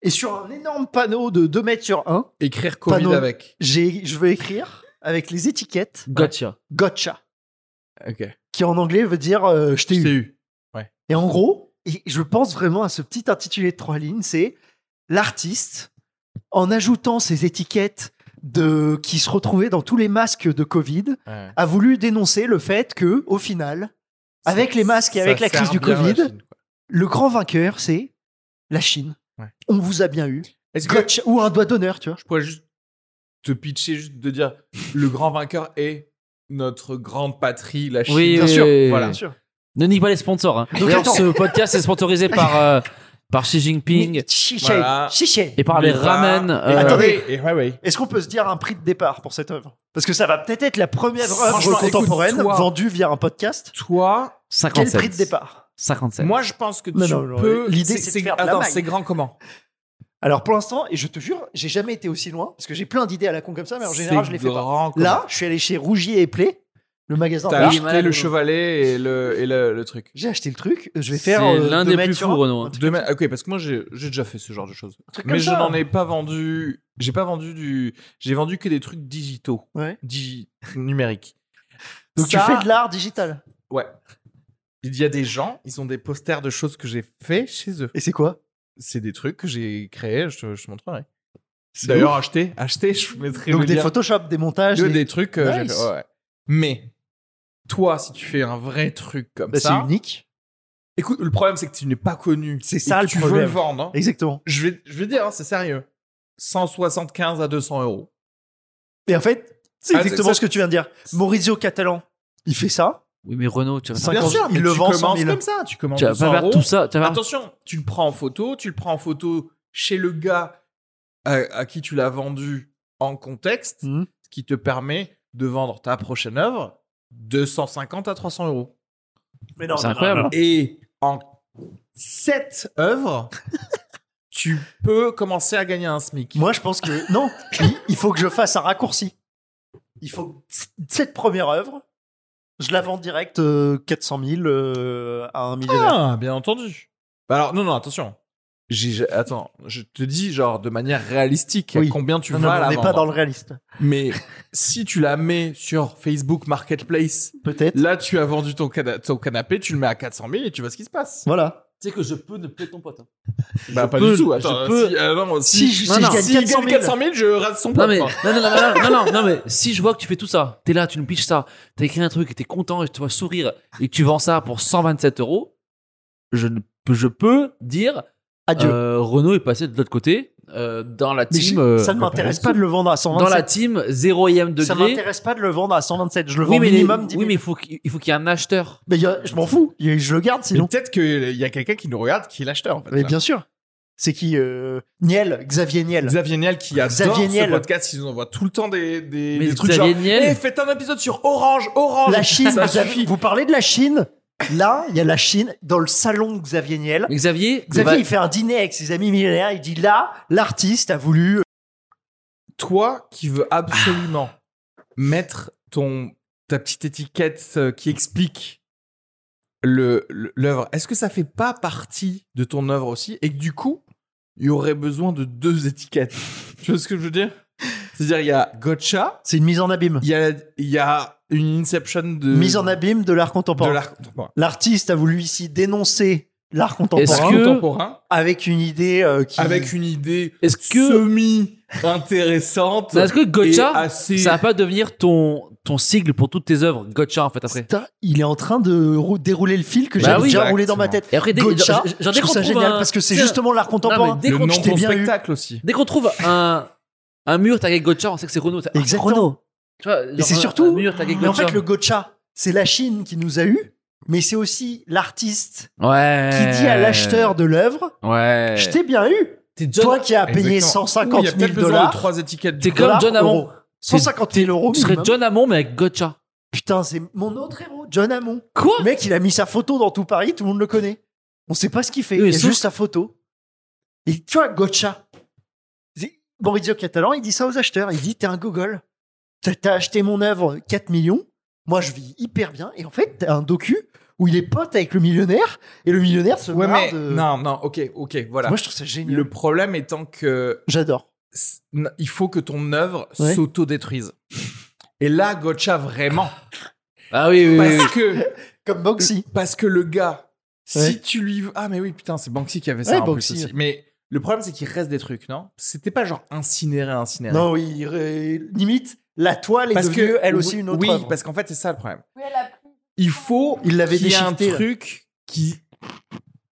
Speaker 1: Et sur un énorme panneau de 2 mètres sur 1,
Speaker 2: Écrire Covid
Speaker 1: Panneau.
Speaker 2: avec.
Speaker 1: j'ai, je vais écrire avec les étiquettes
Speaker 3: Gotcha.
Speaker 1: gotcha,
Speaker 2: Ok.
Speaker 1: qui en anglais veut dire euh, je t'ai eu.
Speaker 2: eu.
Speaker 1: Et en gros, et je pense vraiment à ce petit intitulé de trois lignes, c'est l'artiste, en ajoutant ces étiquettes de, qui se retrouvaient dans tous les masques de Covid,
Speaker 2: Ouais.
Speaker 1: a voulu dénoncer le fait que, au final, avec les masques et
Speaker 2: Ça
Speaker 1: avec la
Speaker 2: sert
Speaker 1: crise du
Speaker 2: bien la
Speaker 1: Covid,
Speaker 2: Chine, quoi.
Speaker 1: le grand vainqueur, c'est la Chine.
Speaker 2: Ouais.
Speaker 1: On vous a bien eu.
Speaker 2: Est-ce que
Speaker 1: Gotcha, ou un doigt d'honneur, tu vois.
Speaker 2: je pourrais juste te pitcher, juste de dire le grand vainqueur est notre grande patrie, la Chine.
Speaker 3: Oui,
Speaker 1: bien sûr,
Speaker 2: Voilà.
Speaker 1: sûr.
Speaker 3: Ne nique pas les sponsors. hein.
Speaker 1: Donc,
Speaker 3: D'ailleurs,
Speaker 1: attends.
Speaker 3: ce podcast est
Speaker 1: *laughs*
Speaker 3: sponsorisé par, euh, par Xi Jinping
Speaker 1: Mais- Chiché,
Speaker 2: Voilà.
Speaker 1: chiché.
Speaker 3: et par les
Speaker 2: Mais
Speaker 3: ramen.
Speaker 2: pas-
Speaker 3: euh,
Speaker 2: Et
Speaker 1: Attendez.
Speaker 2: ouais, et ouais, ouais.
Speaker 1: Est-ce qu'on peut se dire un prix de départ pour cette œuvre Parce que ça va peut-être être la première
Speaker 2: Franchement,
Speaker 1: œuvre
Speaker 2: écoute,
Speaker 1: contemporaine
Speaker 2: toi-
Speaker 1: vendue via un podcast.
Speaker 2: Toi,
Speaker 1: Quel
Speaker 3: 57.
Speaker 1: prix de départ
Speaker 3: 57.
Speaker 2: moi je pense que tu
Speaker 1: Non, non, non,
Speaker 2: peux.
Speaker 1: l'idée, c'est de faire de la
Speaker 2: Attends,
Speaker 1: maille.
Speaker 2: c'est grand comment
Speaker 1: Alors pour l'instant, et je te jure, j'ai jamais été aussi loin parce que j'ai plein d'idées à la con comme ça, mais en général,
Speaker 2: C'est
Speaker 1: je les fais pas.
Speaker 2: grand comment.
Speaker 1: Là, je suis allé chez Rougier et Play, le magasin.
Speaker 2: T'as
Speaker 1: d'art.
Speaker 3: il est
Speaker 2: acheté
Speaker 3: malade,
Speaker 2: le
Speaker 3: Renaud.
Speaker 2: chevalet et le, et le, le truc.
Speaker 1: J'ai acheté le truc. Je vais faire.
Speaker 3: C'est
Speaker 1: euh,
Speaker 3: l'un
Speaker 1: deux
Speaker 3: des
Speaker 1: mètres
Speaker 3: plus
Speaker 1: sur
Speaker 3: fous,
Speaker 1: un,
Speaker 3: Renaud.
Speaker 1: un truc
Speaker 2: Demain- ok, parce que moi j'ai j'ai déjà fait ce genre de choses.
Speaker 1: un truc comme
Speaker 2: Mais je
Speaker 1: ça. hein.
Speaker 2: n'en ai pas vendu. J'ai pas vendu du. J'ai vendu que des trucs digitaux,
Speaker 1: Ouais.
Speaker 2: digi- numériques.
Speaker 1: Donc
Speaker 2: Ça-
Speaker 1: tu fais de l'art digital.
Speaker 2: Ouais. Il y a des gens, ils ont des posters de choses que j'ai fait chez eux.
Speaker 1: Et c'est quoi
Speaker 2: C'est des trucs que j'ai créés, je te, je te montrerai.
Speaker 1: C'est
Speaker 2: D'ailleurs,
Speaker 1: ouf.
Speaker 2: acheter, acheter, je vous mettrai
Speaker 1: Donc
Speaker 2: le
Speaker 1: des
Speaker 2: lien.
Speaker 1: Photoshop, des montages.
Speaker 2: de-
Speaker 1: des-
Speaker 2: des trucs. euh, j'ai
Speaker 1: Nice.
Speaker 2: fait, ouais, ouais. Mais toi, si tu fais un vrai truc comme
Speaker 1: Bah, c'est
Speaker 2: ça,
Speaker 1: unique.
Speaker 2: écoute, le problème c'est que tu n'es pas connu.
Speaker 1: C'est
Speaker 2: Et
Speaker 1: ça,
Speaker 2: que
Speaker 1: le
Speaker 2: tu veux
Speaker 1: problème.
Speaker 2: le vendre. hein.
Speaker 1: Exactement.
Speaker 2: Je vais, je vais dire, hein, c'est sérieux. 175 à 200 euros.
Speaker 1: Et en fait, c'est
Speaker 2: Ah,
Speaker 1: exactement
Speaker 2: ça-
Speaker 1: ce que tu viens de dire. Maurizio Catalan, il fait ça.
Speaker 3: Oui, mais Renaud, tu vas,
Speaker 1: Cinq- 50, il
Speaker 2: mais
Speaker 1: le
Speaker 2: tu
Speaker 1: vend 100
Speaker 2: commences
Speaker 1: 000.
Speaker 2: comme ça. Tu commences
Speaker 3: tu vas pas
Speaker 2: 200
Speaker 3: faire
Speaker 2: euros.
Speaker 3: tout ça. Tu vas faire-
Speaker 2: Attention, tu le prends en photo, tu le prends en photo chez le gars à, à qui tu l'as vendu en contexte,
Speaker 1: Mhm.
Speaker 2: ce qui te permet de vendre ta prochaine œuvre 250 à 300 euros.
Speaker 1: Mais non,
Speaker 3: C'est incroyable.
Speaker 2: Et en sept
Speaker 1: *laughs*
Speaker 2: œuvres, tu peux commencer à gagner un SMIC.
Speaker 1: Moi, je pense que non. Il- Il faut que je fasse un raccourci. Il faut que c- cette première œuvre, je la vends direct euh, 400 000 euh, à un millionnaire.
Speaker 2: Ah, bien entendu. Bah alors, non, non, attention. J'ai- j'ai- attends, je te dis, genre, de manière réalistique, à
Speaker 1: Oui.
Speaker 2: combien tu
Speaker 1: Non, non,
Speaker 2: vas
Speaker 1: on
Speaker 2: la
Speaker 1: n'est pas
Speaker 2: vendre.
Speaker 1: dans le réaliste.
Speaker 2: Mais si tu la mets sur Facebook Marketplace,
Speaker 1: Peut-être.
Speaker 2: là, tu as vendu ton, cana- ton canapé, tu le mets à 400 000 et tu vois ce qui se passe.
Speaker 1: Voilà.
Speaker 3: Tu sais que je peux ne plaire ton pote.
Speaker 2: bah, pas
Speaker 3: peux-
Speaker 2: du tout.
Speaker 3: je
Speaker 2: Attends,
Speaker 3: peux-
Speaker 2: si, euh, non,
Speaker 1: Si,
Speaker 2: si,
Speaker 1: je,
Speaker 3: Non,
Speaker 1: si
Speaker 3: non.
Speaker 1: je gagne
Speaker 2: s'il gagne
Speaker 1: 400 000,
Speaker 2: 400 000, je rase son
Speaker 3: Non
Speaker 2: pote.
Speaker 3: mais, non,
Speaker 2: hein.
Speaker 3: non, non, non, non, non, non, mais si je vois que tu fais tout ça, t'es là, tu nous piches ça, t'as écrit un truc et t'es content et je te vois sourire et que tu vends ça pour 127 euros, je, ne- je peux dire
Speaker 1: adieu.
Speaker 3: euh, Renaud est passé de l'autre côté euh, dans la
Speaker 1: Mais
Speaker 3: team.
Speaker 1: j'ai-
Speaker 3: euh,
Speaker 1: ça ne m'intéresse pas de le vendre à
Speaker 3: dans la
Speaker 1: 127.
Speaker 3: team 0ème
Speaker 1: ça
Speaker 3: degré.
Speaker 1: m'intéresse pas de le vendre à 127. Je le
Speaker 3: Oui
Speaker 1: vends
Speaker 3: mais, les-
Speaker 1: minimum 10
Speaker 3: oui,
Speaker 1: 000.
Speaker 3: mais il faut qu'il il faut qu'il y ait un acheteur.
Speaker 1: Mais il y a- je m'en fous. Il y a- Je le garde
Speaker 2: Mais
Speaker 1: sinon.
Speaker 2: peut-être qu'il y a quelqu'un qui nous regarde qui est l'acheteur, en fait.
Speaker 1: Mais
Speaker 2: là.
Speaker 1: bien sûr. C'est qui euh, Niel, Xavier Niel.
Speaker 2: Xavier Niel qui adore
Speaker 1: Xavier
Speaker 2: ce
Speaker 1: Niel.
Speaker 2: podcast, il nous envoie tout le temps des, des,
Speaker 3: Mais
Speaker 2: des trucs
Speaker 3: Xavier
Speaker 2: genre
Speaker 3: Niel-
Speaker 2: Eh, faites un épisode sur Orange, Orange
Speaker 1: La Chine,
Speaker 2: ça
Speaker 1: Xavier-
Speaker 2: suffit.
Speaker 1: vous parlez de la Chine. Là, il y a la Chine dans le salon de Xavier Niel.
Speaker 3: Mais Xavier,
Speaker 1: Xavier,
Speaker 3: va-
Speaker 1: il fait un dîner avec ses amis millénaires. Il dit là, l'artiste a voulu.
Speaker 2: toi qui veux
Speaker 3: Ah.
Speaker 2: absolument mettre ton ta petite étiquette euh, qui explique le le- l'œuvre, est-ce que ça fait pas partie de ton œuvre aussi et que du coup il y aurait besoin de deux *laughs* étiquettes Tu vois ce que je veux dire C'est-à-dire il y a Gotcha,
Speaker 1: C'est une mise en abîme.
Speaker 2: il y a il y a une Inception de
Speaker 1: mise en abîme de l'art
Speaker 2: de
Speaker 1: contemporain.
Speaker 2: l'art contemporain.
Speaker 1: L'artiste a voulu ici dénoncer l'art contemporain
Speaker 3: Est-ce que-
Speaker 2: Contemporain,
Speaker 1: avec une idée euh, qui.
Speaker 2: avec une idée
Speaker 3: est-ce que
Speaker 2: semi intéressante.
Speaker 3: est-ce que Gotcha
Speaker 2: assez...
Speaker 3: ça va pas devenir ton ton sigle pour toutes tes œuvres Gotcha en fait après.
Speaker 1: Putain, il est en train de rou- dérouler le fil que
Speaker 3: Bah
Speaker 1: j'avais
Speaker 3: oui.
Speaker 1: déjà roulé dans ma tête.
Speaker 3: Et après dès
Speaker 1: Gotcha,
Speaker 3: j'en- j'en-
Speaker 1: je
Speaker 3: dès qu'on
Speaker 1: trouve ça
Speaker 3: trouve
Speaker 1: génial
Speaker 3: un-
Speaker 1: parce que c'est
Speaker 3: tiens,
Speaker 1: justement l'art
Speaker 3: non,
Speaker 1: contemporain.
Speaker 3: mais dès
Speaker 2: le
Speaker 3: qu'on
Speaker 2: nom
Speaker 1: je t'ai
Speaker 2: de ton
Speaker 1: bien eu.
Speaker 2: spectacle aussi.
Speaker 3: Dès qu'on trouve un, un mur tagué Gotcha, on sait que c'est Renault. Ah, c'est
Speaker 1: Exactement.
Speaker 3: Renault. Tu vois, genre
Speaker 1: c'est
Speaker 3: un-
Speaker 1: surtout-
Speaker 3: Un mur tagué
Speaker 1: Mais en
Speaker 3: Gotcha.
Speaker 1: fait, le gotcha, c'est la Chine qui nous a eu, mais c'est aussi l'artiste
Speaker 3: Ouais.
Speaker 1: qui dit à
Speaker 2: Euh.
Speaker 1: l'acheteur de l'œuvre
Speaker 3: Ouais.
Speaker 1: Je t'ai bien eu.
Speaker 3: T'es John-
Speaker 1: Toi qui as payé
Speaker 2: Exactement.
Speaker 1: 150
Speaker 2: Oui, il y a
Speaker 1: 000
Speaker 2: peut-être besoin de
Speaker 1: dollars.
Speaker 2: trois étiquettes.
Speaker 3: T'es
Speaker 2: différentes.
Speaker 3: comme John Hamon.
Speaker 1: euros. 150 000 euros.
Speaker 3: Tu serais
Speaker 1: minimum.
Speaker 3: John Amon, mais avec Gotcha.
Speaker 1: Putain, c'est mon autre héros, John Hammond.
Speaker 3: Quoi
Speaker 1: Le mec, il a mis sa photo dans tout Paris, tout le monde le connaît. On sait pas ce qu'il fait,
Speaker 3: Oui,
Speaker 1: il y a
Speaker 3: sauf-
Speaker 1: juste sa photo. Et tu vois, Gotcha. C'est- Maurizio Catalan, il dit ça aux acheteurs. Il dit T'es un gogol. T'as- T'as acheté mon œuvre 4 millions. Moi, je vis hyper bien. Et en fait, t'as un docu où il est pote avec le millionnaire. Et le millionnaire se
Speaker 2: Ouais,
Speaker 1: marre
Speaker 2: mais.
Speaker 1: de-
Speaker 2: Non, non, ok, ok, voilà.
Speaker 1: Moi, je trouve ça génial.
Speaker 2: Le problème étant que
Speaker 1: J'adore.
Speaker 2: s- n- il faut que ton œuvre
Speaker 1: Ouais.
Speaker 2: s'autodétruise. Et là, Gotcha, vraiment.
Speaker 3: Ah oui,
Speaker 1: Bah,
Speaker 3: oui, oui. oui.
Speaker 2: Parce que,
Speaker 1: Comme Banksy.
Speaker 2: parce que le gars,
Speaker 1: Ouais.
Speaker 2: si tu lui. Ah, mais oui, putain, c'est Banksy qui avait ça
Speaker 1: Ouais,
Speaker 2: en plus
Speaker 1: Banksy.
Speaker 2: aussi. Mais le problème, c'est qu'il reste des trucs, non C'était pas genre incinéré, incinéré.
Speaker 1: Non, oui, il ré- limite, la toile est
Speaker 2: parce
Speaker 1: devenue,
Speaker 2: que
Speaker 1: elle aussi, une autre
Speaker 2: Oui,
Speaker 1: œuvre.
Speaker 2: parce qu'en fait, c'est ça le problème.
Speaker 5: Oui, elle a pris.
Speaker 2: Il faut
Speaker 1: Il l'avait
Speaker 2: qu'il y ait un
Speaker 1: déchiqueté, là.
Speaker 2: truc qui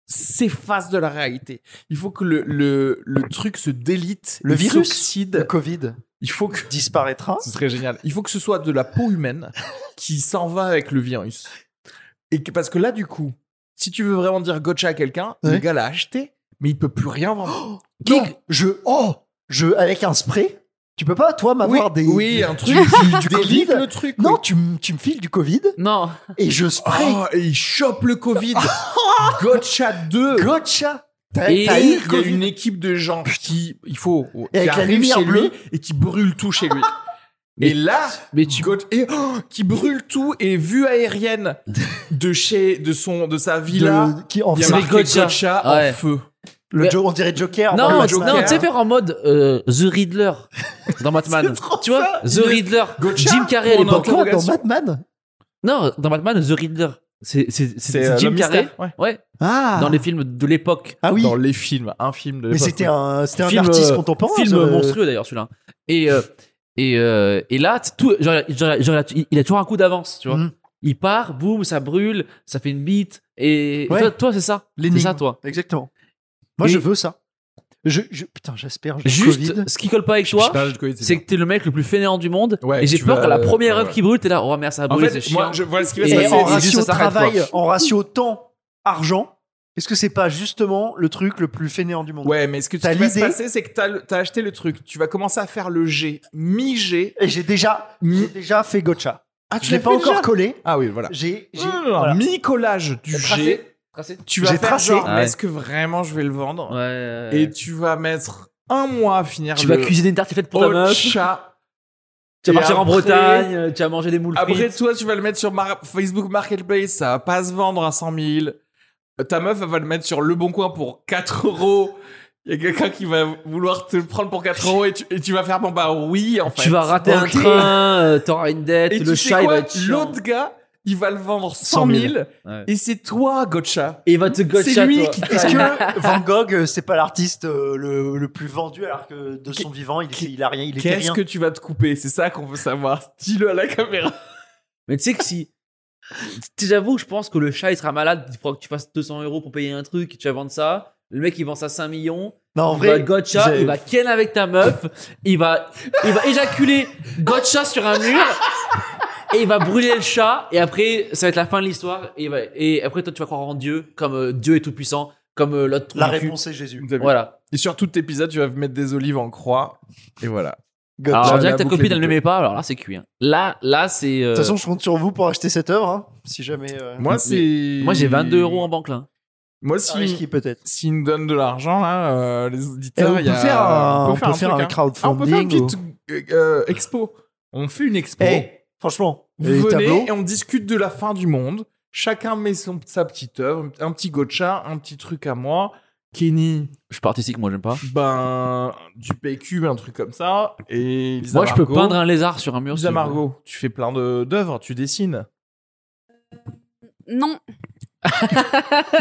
Speaker 2: s'efface de la réalité. Il faut que le, le, le truc se délite,
Speaker 1: Le
Speaker 2: il
Speaker 1: virus,
Speaker 2: s'oxyde.
Speaker 1: Le Covid
Speaker 2: Il faut que
Speaker 1: disparaîtra.
Speaker 2: ce serait génial. Il faut que ce soit de la peau humaine qui s'en va avec le virus. Et que, parce que là, du coup, si tu veux vraiment dire gotcha à quelqu'un, le
Speaker 1: Ouais.
Speaker 2: gars l'a acheté, mais il peut plus rien vendre.
Speaker 1: *gasps* Non, je oh, je avec un spray, tu peux pas toi m'avoir des
Speaker 2: oui, un
Speaker 1: *laughs*
Speaker 2: truc qui délite
Speaker 1: Covid.
Speaker 2: le truc.
Speaker 1: Non,
Speaker 2: oui.
Speaker 1: tu, m- tu me files du Covid
Speaker 3: Non.
Speaker 1: et je spray.
Speaker 2: Oh, et il chope le
Speaker 1: *laughs*
Speaker 2: Covid. gotcha 2.
Speaker 1: Gotcha. T'as
Speaker 3: Oh. Et
Speaker 1: t'as
Speaker 2: Et
Speaker 1: eu
Speaker 2: il
Speaker 1: le
Speaker 2: y a
Speaker 1: Covid.
Speaker 2: une équipe de gens qui il faut qui
Speaker 1: avec la
Speaker 2: arrivent
Speaker 1: lumière
Speaker 2: chez
Speaker 1: bleue.
Speaker 2: lui et qui brûle tout chez lui.
Speaker 3: Mais-
Speaker 2: et là,
Speaker 3: Mais tu.
Speaker 2: Got- et oh, qui brûle tout et vue aérienne de chez de son de sa
Speaker 1: de-
Speaker 2: villa.
Speaker 1: qui en
Speaker 2: Il y a
Speaker 3: C'est
Speaker 2: marqué
Speaker 3: Gotcha.
Speaker 2: Gotcha
Speaker 3: Ouais.
Speaker 2: en feu.
Speaker 1: le
Speaker 3: Mais-
Speaker 1: jo- on dirait Joker. dans
Speaker 3: Non,
Speaker 1: le
Speaker 3: tu-
Speaker 1: Batman.
Speaker 3: non, tu sais faire en mode euh, The Riddler dans
Speaker 1: *laughs*
Speaker 3: Batman.
Speaker 1: trop
Speaker 3: tu vois,
Speaker 1: ça.
Speaker 3: The Riddler.
Speaker 2: Gotcha
Speaker 3: Jim Carrey à
Speaker 2: Pour
Speaker 3: l'époque.
Speaker 1: Quoi, dans
Speaker 2: Interrogation.
Speaker 1: Batman
Speaker 3: Non, dans Batman, The Riddler. C'est c'est- c'est-
Speaker 2: euh,
Speaker 3: c'est Jim Carrey. Ouais,
Speaker 1: euh, Ah
Speaker 3: dans les films de l'époque.
Speaker 1: Ah oui.
Speaker 2: Dans les films, un film de
Speaker 1: mais
Speaker 2: l'époque.
Speaker 1: c'était un c'était un
Speaker 3: Film,
Speaker 1: artiste
Speaker 3: euh,
Speaker 1: contemporain.
Speaker 3: Film
Speaker 1: ce-
Speaker 3: monstrueux d'ailleurs celui-là. Et euh, et euh, et là, c'est tout, genre, genre- genre, il- il a toujours un coup d'avance, tu vois.
Speaker 1: Mhm.
Speaker 3: Il part, boum, ça brûle, ça fait une bite. Et, et
Speaker 1: Ouais.
Speaker 3: toi, toi, c'est ça. C'est
Speaker 1: L'énigme.
Speaker 3: ça, toi.
Speaker 1: Exactement. Moi
Speaker 3: Et-
Speaker 1: je veux ça. Je, je- putain, j'espère j'ai le
Speaker 3: Juste,
Speaker 1: Covid.
Speaker 3: ce qui colle pas avec toi,
Speaker 2: Putain, j'ai le Covid, c'est
Speaker 3: c'est
Speaker 2: bien.
Speaker 3: que t'es le mec le plus fainéant du monde.
Speaker 2: Ouais,
Speaker 3: et j'ai
Speaker 2: tu
Speaker 3: peur
Speaker 2: vas- euh,
Speaker 3: qu'à la première
Speaker 2: ouais,
Speaker 3: œuvre
Speaker 2: ouais.
Speaker 3: qui brûle, t'es là, oh merde, ça a
Speaker 2: En
Speaker 3: brûlé, c'est
Speaker 2: fait,
Speaker 3: chiant.
Speaker 2: moi, je vois ce qui va
Speaker 3: Et
Speaker 2: se
Speaker 1: Et
Speaker 2: passer.
Speaker 1: en
Speaker 3: c'est-
Speaker 2: et juste,
Speaker 1: ratio
Speaker 2: ça s'arrête,
Speaker 1: travail,
Speaker 2: quoi.
Speaker 1: en ratio temps argent, est-ce que c'est pas justement le truc le plus fainéant du monde
Speaker 2: Ouais, mais ce que tu
Speaker 1: T'as
Speaker 2: vas se
Speaker 1: l'idée.
Speaker 2: passer, c'est que t'as le- t'as acheté le truc. Tu vas commencer à faire le G, mi-G.
Speaker 1: Et j'ai déjà,
Speaker 2: Mi-
Speaker 1: j'ai déjà fait Gotcha.
Speaker 2: Ah,
Speaker 1: Je l'ai pas encore collé.
Speaker 2: Ah oui, voilà.
Speaker 1: J'ai, j'ai-
Speaker 2: Mmh,
Speaker 1: voilà.
Speaker 2: Mi-collage du G.
Speaker 3: Tracé.
Speaker 2: Tu vas
Speaker 1: J'ai
Speaker 2: faire
Speaker 1: tracé.
Speaker 2: genre, mais
Speaker 3: Ouais.
Speaker 2: est-ce que vraiment je vais le vendre
Speaker 3: Ouais, ouais, ouais.
Speaker 2: Et tu vas mettre un mois à finir
Speaker 3: tu
Speaker 2: le
Speaker 3: vas cuisiner une tarte faite pour ta
Speaker 2: au
Speaker 3: meuf. *laughs*
Speaker 2: chat.
Speaker 3: Tu
Speaker 2: Oh,
Speaker 3: vas
Speaker 2: Et
Speaker 3: partir en
Speaker 2: après-
Speaker 3: Bretagne, euh, tu vas manger des moules
Speaker 2: Après,
Speaker 3: frites.
Speaker 2: toi, tu vas le mettre sur Mar- Facebook Marketplace, ça va pas se vendre à 100 000. Euh, Ta meuf, elle va le mettre sur Le Bon Coin pour 4 euros. Il y a quelqu'un qui va vouloir te le prendre pour 4 euros et tu, et tu vas faire bon bah oui en fait.
Speaker 3: Tu vas rater
Speaker 2: Ok.
Speaker 3: un train, euh, t'auras une dette,
Speaker 2: Et
Speaker 3: le
Speaker 2: tu sais
Speaker 3: chat il
Speaker 2: quoi
Speaker 3: va être chiant.
Speaker 2: L'autre gars, il va le vendre 100 000,
Speaker 1: 100 000.
Speaker 3: Ouais.
Speaker 2: et c'est toi, Gotcha.
Speaker 3: Et il va te gotcha,
Speaker 2: C'est lui
Speaker 3: toi.
Speaker 2: qui *laughs*
Speaker 1: Est-ce que Van Gogh, euh, c'est pas l'artiste euh, le, le plus vendu alors que de son vivant, il,
Speaker 2: qu'est-
Speaker 1: il a rien, il était
Speaker 2: Qu'est-ce
Speaker 1: rien.
Speaker 2: que tu vas te couper C'est ça qu'on veut savoir. *laughs* Dis-le à la caméra.
Speaker 3: Mais tu sais que si. Tu- J'avoue, je pense que le chat il sera malade. Il faudra que tu fasses 200 euros pour payer un truc et tu vas vendre ça. Le mec il vend ça 5 millions.
Speaker 1: Non, en
Speaker 3: Il va
Speaker 1: vrai,
Speaker 3: gotcha,
Speaker 1: j'ai-
Speaker 3: il va ken avec ta meuf. Il va, il va éjaculer gotcha sur un mur. Et il va brûler le chat. Et après, ça va être la fin de l'histoire. Et, il va- et après, toi, tu vas croire en Dieu, comme euh, Dieu est tout puissant, comme euh, l'autre. trou
Speaker 1: la
Speaker 3: du cul.
Speaker 1: réponse est Jésus.
Speaker 3: Voilà.
Speaker 2: Et sur tout épisode, tu vas mettre des olives en croix. Et voilà.
Speaker 1: Gotcha.
Speaker 3: Alors, on
Speaker 2: Ah, la
Speaker 3: dirait que ta
Speaker 2: boucle est
Speaker 3: copine, elle ne
Speaker 2: bouclée.
Speaker 3: l'aimait pas. Alors là, c'est cuit. hein. Là, là, c'est. euh,
Speaker 1: De toute façon, je compte sur vous pour acheter cette œuvre, hein, si jamais. euh,
Speaker 2: Moi, c'est.
Speaker 3: moi, j'ai 22 euros en banque là.
Speaker 2: Moi,
Speaker 1: c'est
Speaker 2: si.
Speaker 1: un Ah, risqué peut-être.
Speaker 2: S'ils nous donnent de l'argent, là, euh, les
Speaker 1: Eh,
Speaker 2: auditeurs,
Speaker 1: on
Speaker 2: il y a...
Speaker 1: peut faire un- on peut
Speaker 2: truc,
Speaker 1: faire un
Speaker 2: hein. Ah, on peut faire une
Speaker 1: crowdfunding. ou-
Speaker 2: petite euh, euh, expo. On fait une expo.
Speaker 1: Eh, franchement,
Speaker 2: Vous
Speaker 1: les
Speaker 2: venez
Speaker 1: tableaux.
Speaker 2: et on discute de la fin du monde. Chacun met son, sa petite œuvre, un petit gotcha, un petit truc à moi. Kenny,
Speaker 3: Je participe, moi, j'aime pas.
Speaker 2: ben, du PQ, un truc comme ça. Et Lisa
Speaker 3: Moi, je peux
Speaker 2: Margot.
Speaker 3: peindre un lézard sur un mur. si
Speaker 2: Lisa
Speaker 3: je veux.
Speaker 2: Margot, tu fais plein de- d'œuvres, tu dessines.
Speaker 5: Non,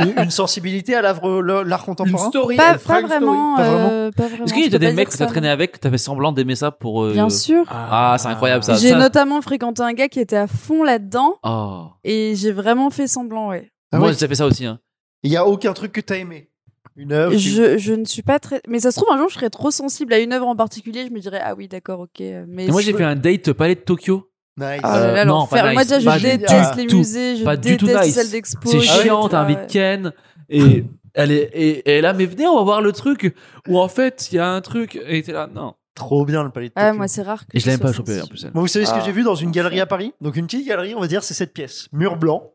Speaker 1: une, une sensibilité à l'œuvre- l'art
Speaker 2: Une
Speaker 1: contemporain.
Speaker 2: story,
Speaker 5: pas,
Speaker 2: elle fera
Speaker 5: pas
Speaker 2: une story.
Speaker 5: vraiment,
Speaker 1: Pas vraiment.
Speaker 5: euh, pas vraiment.
Speaker 3: Est-ce qu'il y
Speaker 5: Je peux
Speaker 3: a des
Speaker 5: pas
Speaker 3: mecs
Speaker 5: dire
Speaker 3: que t'as
Speaker 5: ça,
Speaker 3: traîné avec, que t'as fait semblant d'aimer ça pour.
Speaker 5: non.
Speaker 3: euh,
Speaker 5: Bien sûr.
Speaker 3: Ah, c'est incroyable, ça.
Speaker 5: J'ai notamment fréquenté un gars qui était à fond là-dedans
Speaker 3: Oh.
Speaker 5: et j'ai vraiment fait semblant, ouais.
Speaker 1: Ah
Speaker 3: moi,
Speaker 1: ouais.
Speaker 3: j'ai fait ça aussi. Hein.
Speaker 1: Il y a aucun truc que t'as aimé. Une œuvre. tu-
Speaker 5: Je, je ne suis pas très. Mais ça se trouve, un jour, je serais trop sensible à une œuvre en particulier. Je me dirais, ah oui, d'accord, ok. euh, Mais
Speaker 3: Et moi,
Speaker 5: je-
Speaker 3: j'ai fait un date palais de Tokyo.
Speaker 1: Nice.
Speaker 5: Ah là
Speaker 3: Euh,
Speaker 5: là,
Speaker 3: non,
Speaker 5: l'enfer.
Speaker 3: pas
Speaker 5: Moi,
Speaker 3: nice.
Speaker 5: déjà, je
Speaker 1: Pas du
Speaker 5: déteste
Speaker 3: tout.
Speaker 5: les musées, je
Speaker 3: Pas du tout
Speaker 5: déteste les
Speaker 3: nice.
Speaker 5: salles d'expo.
Speaker 3: C'est
Speaker 5: je déteste-
Speaker 3: chiant, t'invites
Speaker 5: ouais.
Speaker 3: Ken. *clears throat* Et elle est, et, et là, mais venez, on va voir le truc où en fait, il y a un truc. Et t'es là, non.
Speaker 1: Trop bien le palais de
Speaker 5: Ah,
Speaker 1: Tokyo.
Speaker 5: moi, c'est rare. Que
Speaker 3: Et je l'ai même
Speaker 5: sois
Speaker 3: pas chopé en
Speaker 5: sensible.
Speaker 3: plus. elle.
Speaker 1: Moi, vous savez ce que
Speaker 2: Ah.
Speaker 1: j'ai vu dans une galerie à Paris Donc, une petite galerie, on va dire, c'est cette pièce. Mur blanc,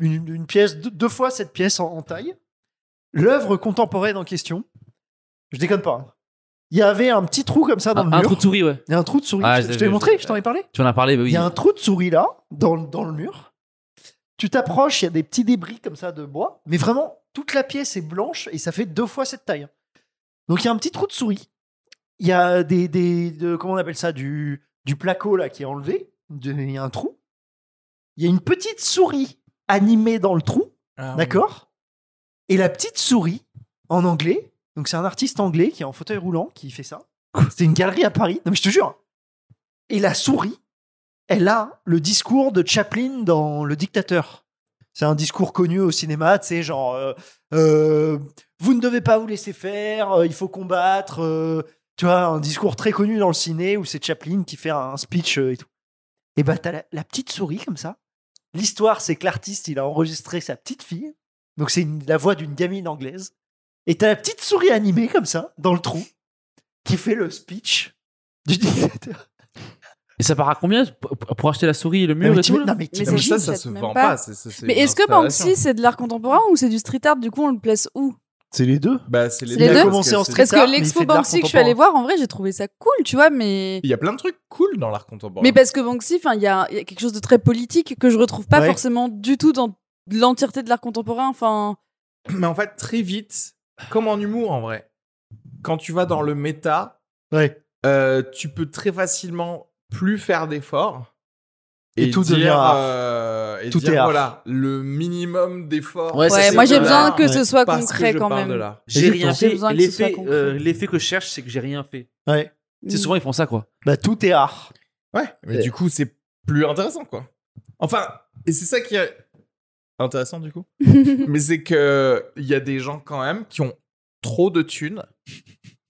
Speaker 1: une, une pièce, deux, deux fois cette pièce en, en taille. L'œuvre contemporaine en question, je déconne pas. hein. Il y avait un petit trou comme ça dans
Speaker 3: Un,
Speaker 1: le
Speaker 3: Ah, un
Speaker 1: mur.
Speaker 3: trou de souris, ouais.
Speaker 1: Il y a un trou de souris.
Speaker 3: Ah,
Speaker 1: je
Speaker 3: je
Speaker 1: je
Speaker 3: l'ai
Speaker 1: t'avais
Speaker 3: vu,
Speaker 1: montré,
Speaker 3: je-
Speaker 1: je t'en ai parlé.
Speaker 3: Tu en as parlé, bah oui.
Speaker 1: Il y a un trou de souris là, dans, le- dans le mur. Tu t'approches, il y a des petits débris comme ça de bois. Mais vraiment, toute la pièce est blanche et ça fait deux fois cette taille. Donc il y a un petit trou de souris. Il y a des. des de- comment on appelle ça Du, du placo là qui est enlevé. De- Il y a un trou. Il y a une petite souris animée dans le trou.
Speaker 2: Ah
Speaker 1: D'accord Et la petite souris, en anglais, donc c'est un artiste anglais qui est en fauteuil roulant qui fait ça. C'était une galerie à Paris, non mais je te jure. Et la souris, elle a le discours de Chaplin dans Le Dictateur. C'est un discours connu au cinéma, tu sais, genre euh, euh, Vous ne devez pas vous laisser faire, euh, il faut combattre. euh, tu vois, un discours très connu dans le ciné où c'est Chaplin qui fait un speech euh, et tout. Et bah, t'as la- la petite souris comme ça. L'histoire, c'est que l'artiste, il a enregistré sa petite fille. Donc, c'est une- la voix d'une gamine anglaise. Et t'as la petite souris animée, comme ça, dans le trou, qui fait le speech du dictateur.
Speaker 3: Et ça part à combien pour, pour acheter la souris et le
Speaker 1: Non,
Speaker 3: mur
Speaker 1: mais
Speaker 3: et tout
Speaker 1: t'im-
Speaker 3: là
Speaker 1: non, mais
Speaker 5: Mais
Speaker 2: Non,
Speaker 5: c'est
Speaker 2: mais ça,
Speaker 1: t'imagines-
Speaker 2: ça
Speaker 5: juste, ça
Speaker 2: se
Speaker 5: te
Speaker 2: vend
Speaker 5: même
Speaker 2: pas.
Speaker 5: pas.
Speaker 2: c'est- c'est- c'est
Speaker 5: Mais
Speaker 2: une
Speaker 5: est-ce que
Speaker 2: installation.
Speaker 5: Banksy, c'est de l'art contemporain ou c'est du street art Du coup, on le place où
Speaker 1: C'est les deux.
Speaker 2: Bah, c'est les,
Speaker 5: C'est les
Speaker 2: deux.
Speaker 5: deux
Speaker 2: parce
Speaker 1: Commencer
Speaker 2: que
Speaker 1: en
Speaker 2: c'est-
Speaker 1: street
Speaker 5: Parce
Speaker 1: art,
Speaker 5: que
Speaker 1: mais il fait
Speaker 5: l'expo
Speaker 1: de l'art
Speaker 5: Banksy que je suis
Speaker 1: contemporain.
Speaker 5: allée voir, en vrai, j'ai trouvé ça cool, tu vois, mais.
Speaker 2: Il y a plein de trucs cool dans l'art contemporain.
Speaker 5: Mais parce que Banksy, enfin, il y, a il y a quelque chose de très politique que je retrouve pas
Speaker 1: Ouais.
Speaker 5: forcément du tout dans l'entièreté de l'art contemporain. Enfin,
Speaker 2: Mais en fait, très vite, comme en humour en vrai, quand tu vas dans le méta,
Speaker 1: Ouais.
Speaker 2: euh, tu peux très facilement plus faire d'efforts.
Speaker 1: Et tout
Speaker 2: dire,
Speaker 1: devient art.
Speaker 2: euh, et
Speaker 1: Tout
Speaker 2: dire,
Speaker 1: est art.
Speaker 2: voilà, le minimum d'efforts.
Speaker 3: Ouais, ça,
Speaker 5: ouais,
Speaker 3: c'est
Speaker 5: moi j'ai
Speaker 1: de
Speaker 5: besoin
Speaker 1: l'art,
Speaker 5: que ce
Speaker 2: ouais.
Speaker 5: soit
Speaker 2: Parce que
Speaker 5: concret
Speaker 2: je
Speaker 5: quand
Speaker 2: parle de
Speaker 5: même.
Speaker 2: l'art.
Speaker 3: J'ai rien
Speaker 5: J'ai
Speaker 3: fait.
Speaker 5: besoin que ce soit
Speaker 3: L'effet
Speaker 5: concret.
Speaker 3: euh, l'effet que je cherche, c'est que j'ai rien fait.
Speaker 1: Ouais.
Speaker 3: C'est souvent, ils font ça, quoi.
Speaker 1: Bah, tout est art.
Speaker 2: Ouais, mais
Speaker 3: Euh.
Speaker 2: du coup, c'est plus intéressant, quoi. Enfin, et c'est ça qui est intéressant, du coup. mais c'est que il y a des gens, quand même, qui ont trop de thunes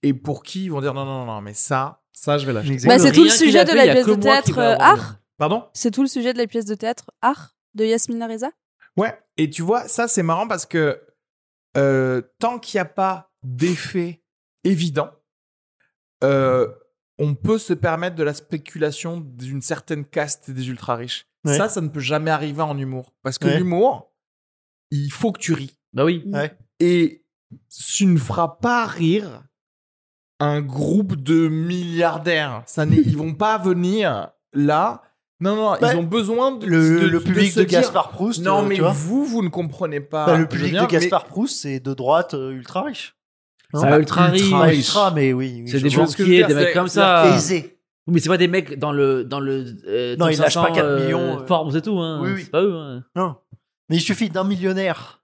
Speaker 2: et pour qui ils vont dire non, non, non, non, mais ça, ça, je vais lâcher.
Speaker 5: Bah, c'est
Speaker 3: Rien
Speaker 5: tout le
Speaker 3: qu'il a
Speaker 5: sujet de
Speaker 3: fait,
Speaker 5: la
Speaker 3: il y a
Speaker 5: pièce
Speaker 3: que
Speaker 5: de
Speaker 3: moi qui
Speaker 5: théâtre
Speaker 3: vais
Speaker 5: euh,
Speaker 3: avoir le-
Speaker 5: art.
Speaker 2: Pardon
Speaker 5: *laughs* C'est tout le sujet de la pièce de théâtre art de Yasmina Reza.
Speaker 2: Ouais. Et tu vois, ça, c'est marrant parce que euh, tant qu'il n'y a pas d'effet évident, euh, on peut se permettre de la spéculation d'une certaine caste des ultra-riches.
Speaker 1: Ouais.
Speaker 2: Ça, ça ne peut jamais arriver en humour. Parce que
Speaker 1: Ouais.
Speaker 2: l'humour, il faut que tu ris.
Speaker 3: Bah oui.
Speaker 2: et tu ne feras pas rire un groupe de milliardaires. Ça n'est- ils vont pas venir là. Non, non,
Speaker 1: Bah,
Speaker 2: ils ont besoin de,
Speaker 1: Le,
Speaker 2: de-
Speaker 1: le public
Speaker 2: se
Speaker 1: de,
Speaker 2: dire,
Speaker 1: Gaspard Proust.
Speaker 2: Non,
Speaker 1: euh,
Speaker 2: mais
Speaker 1: tu vois
Speaker 2: vous, vous ne comprenez pas.
Speaker 1: Bah, le
Speaker 2: Je
Speaker 1: public
Speaker 2: viens,
Speaker 1: de Gaspard Proust, c'est de droite euh, ultra riche.
Speaker 3: Ça
Speaker 1: Hein
Speaker 3: va ultra riche.
Speaker 1: Ultra, ultra, mais oui. oui,
Speaker 3: C'est
Speaker 1: je
Speaker 3: des
Speaker 1: vois.
Speaker 2: gens ce que je veux dire,
Speaker 3: banquiers, des mecs
Speaker 2: c'est-
Speaker 3: comme ça.
Speaker 1: Aisés.
Speaker 3: Oui, mais c'est pas des mecs dans le. Dans le euh,
Speaker 1: Non,
Speaker 3: top
Speaker 1: ils lâchent pas
Speaker 3: 500,
Speaker 1: 4
Speaker 3: euh,
Speaker 1: millions, euh.
Speaker 3: Forbes et tout, hein.
Speaker 1: Oui, oui.
Speaker 3: C'est pas eux, hein.
Speaker 1: Non. Mais il suffit d'un millionnaire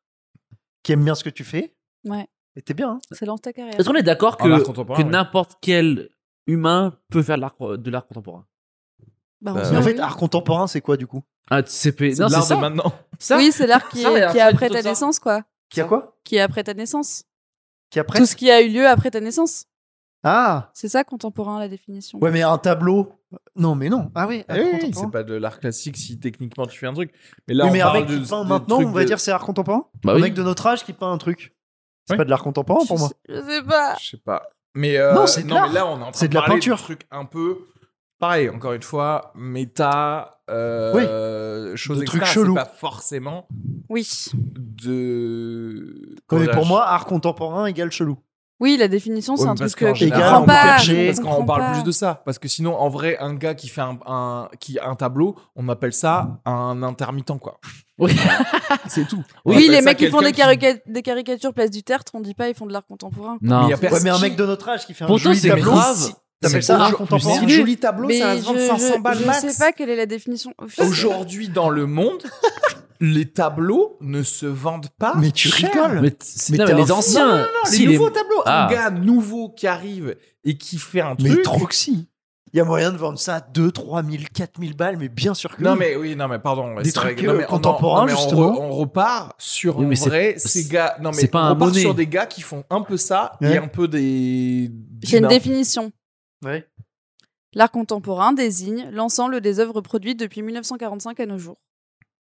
Speaker 1: qui aime bien ce que tu fais.
Speaker 5: Ouais.
Speaker 1: Et t'es bien. hein.
Speaker 5: Ça lance ta carrière.
Speaker 3: Est-ce qu'on est d'accord
Speaker 2: En art
Speaker 3: que,
Speaker 2: contemporain,
Speaker 3: que
Speaker 2: oui.
Speaker 3: n'importe quel humain peut faire de l'art euh, de l'art contemporain
Speaker 2: Bah,
Speaker 5: Bah, on
Speaker 2: Euh,
Speaker 1: Mais en
Speaker 5: s'en
Speaker 1: fait,
Speaker 5: fout.
Speaker 1: art contemporain, c'est quoi du coup
Speaker 3: Ah, CP.
Speaker 2: C'est
Speaker 3: Non,
Speaker 2: de
Speaker 3: c'est
Speaker 2: l'art de
Speaker 3: ça.
Speaker 2: maintenant.
Speaker 3: ça.
Speaker 5: oui, c'est l'art qui
Speaker 3: ça,
Speaker 5: est,
Speaker 3: alors,
Speaker 5: qui est
Speaker 3: ça,
Speaker 5: après
Speaker 3: tout
Speaker 5: ta
Speaker 3: ça.
Speaker 5: naissance, quoi.
Speaker 1: Qui a quoi
Speaker 5: Qui est après ta naissance.
Speaker 1: Qui a
Speaker 5: Tout
Speaker 1: presque
Speaker 5: ce qui a eu lieu après ta naissance.
Speaker 1: Ah
Speaker 5: C'est ça contemporain la définition.
Speaker 1: Ouais, mais un tableau. Non, mais non. Ah oui, art
Speaker 2: Oui, oui,
Speaker 1: contemporain.
Speaker 2: c'est pas de l'art classique si techniquement tu fais un truc. Mais là,
Speaker 1: Oui,
Speaker 2: on
Speaker 1: mais un
Speaker 2: parle
Speaker 1: mec qui
Speaker 2: de.
Speaker 1: peint
Speaker 2: des
Speaker 1: maintenant,
Speaker 2: trucs
Speaker 1: on va
Speaker 2: de- Ah
Speaker 1: dire c'est art contemporain
Speaker 3: Bah
Speaker 1: Un
Speaker 3: oui.
Speaker 1: mec de notre âge qui peint un truc. C'est
Speaker 2: Oui.
Speaker 1: pas de l'art contemporain
Speaker 5: Je
Speaker 1: pour moi.
Speaker 5: sais- Je sais pas.
Speaker 2: Je sais pas. Mais, euh,
Speaker 1: Non, c'est de l'art.
Speaker 2: mais là, on est en train
Speaker 1: C'est
Speaker 2: de,
Speaker 1: de la
Speaker 2: parler
Speaker 1: peinture.
Speaker 2: de trucs un peu. Pareil, encore une fois, méta, euh, choses
Speaker 1: De trucs
Speaker 2: extra, c'est
Speaker 1: chelous.
Speaker 2: pas forcément
Speaker 5: Oui.
Speaker 2: de.
Speaker 1: Ouais, mais pour
Speaker 2: Collage.
Speaker 1: moi, art contemporain égale chelou.
Speaker 5: Oui, la définition, c'est
Speaker 2: Ouais,
Speaker 5: un
Speaker 2: mais parce
Speaker 5: truc hein, que
Speaker 2: qu'en
Speaker 5: je
Speaker 1: général,
Speaker 5: comprends
Speaker 1: on
Speaker 5: pas.
Speaker 1: cherche-
Speaker 5: je
Speaker 2: Parce qu'on
Speaker 5: comprends
Speaker 2: parle
Speaker 5: pas.
Speaker 2: plus de ça. Parce que sinon, en vrai, un gars qui fait un, un- qui, un tableau, on appelle ça un intermittent, quoi.
Speaker 3: Oui.
Speaker 2: *laughs* C'est tout. On
Speaker 5: Oui,
Speaker 2: appelle
Speaker 5: les
Speaker 2: ça
Speaker 5: mecs qui font des,
Speaker 2: quelqu'un qui-
Speaker 5: carica- des caricatures place du tertre, on dit pas ils font de l'art contemporain.
Speaker 2: Mais
Speaker 3: Non.
Speaker 2: y a
Speaker 1: Ouais,
Speaker 2: personne
Speaker 1: mais un
Speaker 2: qui-
Speaker 1: mec de notre âge qui fait un
Speaker 3: Pourtant,
Speaker 1: joli
Speaker 3: c'est
Speaker 1: tableau.
Speaker 3: grave.
Speaker 1: si-
Speaker 2: Mais
Speaker 1: T'appelles ça art
Speaker 2: aujourd'hui-
Speaker 1: contemporain
Speaker 2: Un joli tableau, ça va se vendre
Speaker 5: je-
Speaker 2: 500 balles
Speaker 5: je,
Speaker 2: max.
Speaker 5: je sais pas quelle est la définition officielle.
Speaker 2: *laughs* Aujourd'hui, dans le monde, les tableaux ne se vendent pas.
Speaker 1: Mais tu
Speaker 2: Ah, cher.
Speaker 1: rigoles.
Speaker 3: Mais, t- c'est-
Speaker 1: Mais
Speaker 3: non,
Speaker 1: t'es
Speaker 3: mais
Speaker 1: un
Speaker 3: les
Speaker 1: fou.
Speaker 3: anciens.
Speaker 2: Non, non, non, les
Speaker 3: si,
Speaker 2: nouveaux tableaux.
Speaker 3: Ah.
Speaker 2: Un gars nouveau qui arrive et qui fait un truc.
Speaker 1: Mais Troxy. Il y a moyen de vendre ça à 2, 3 000, 4 000 balles, mais bien sûr que
Speaker 2: Non
Speaker 1: oui.
Speaker 2: mais oui, non mais pardon.
Speaker 1: Des
Speaker 2: c'est
Speaker 1: trucs,
Speaker 2: que- non,
Speaker 1: euh,
Speaker 2: mais on en-
Speaker 1: contemporains,
Speaker 2: non, mais on re-
Speaker 1: justement.
Speaker 2: On, repart sur
Speaker 3: Oui, mais
Speaker 2: en
Speaker 3: c'est-
Speaker 2: vrai ces
Speaker 3: c'est-
Speaker 2: gars. Non mais
Speaker 3: c'est pas
Speaker 2: on
Speaker 3: un
Speaker 2: repart
Speaker 3: monnaie.
Speaker 2: sur des gars qui font un peu ça
Speaker 1: Ouais.
Speaker 2: et un peu des.
Speaker 5: J'ai une
Speaker 2: Non.
Speaker 5: définition.
Speaker 1: Ouais.
Speaker 5: L'art contemporain désigne l'ensemble des œuvres produites depuis 1945 à nos jours.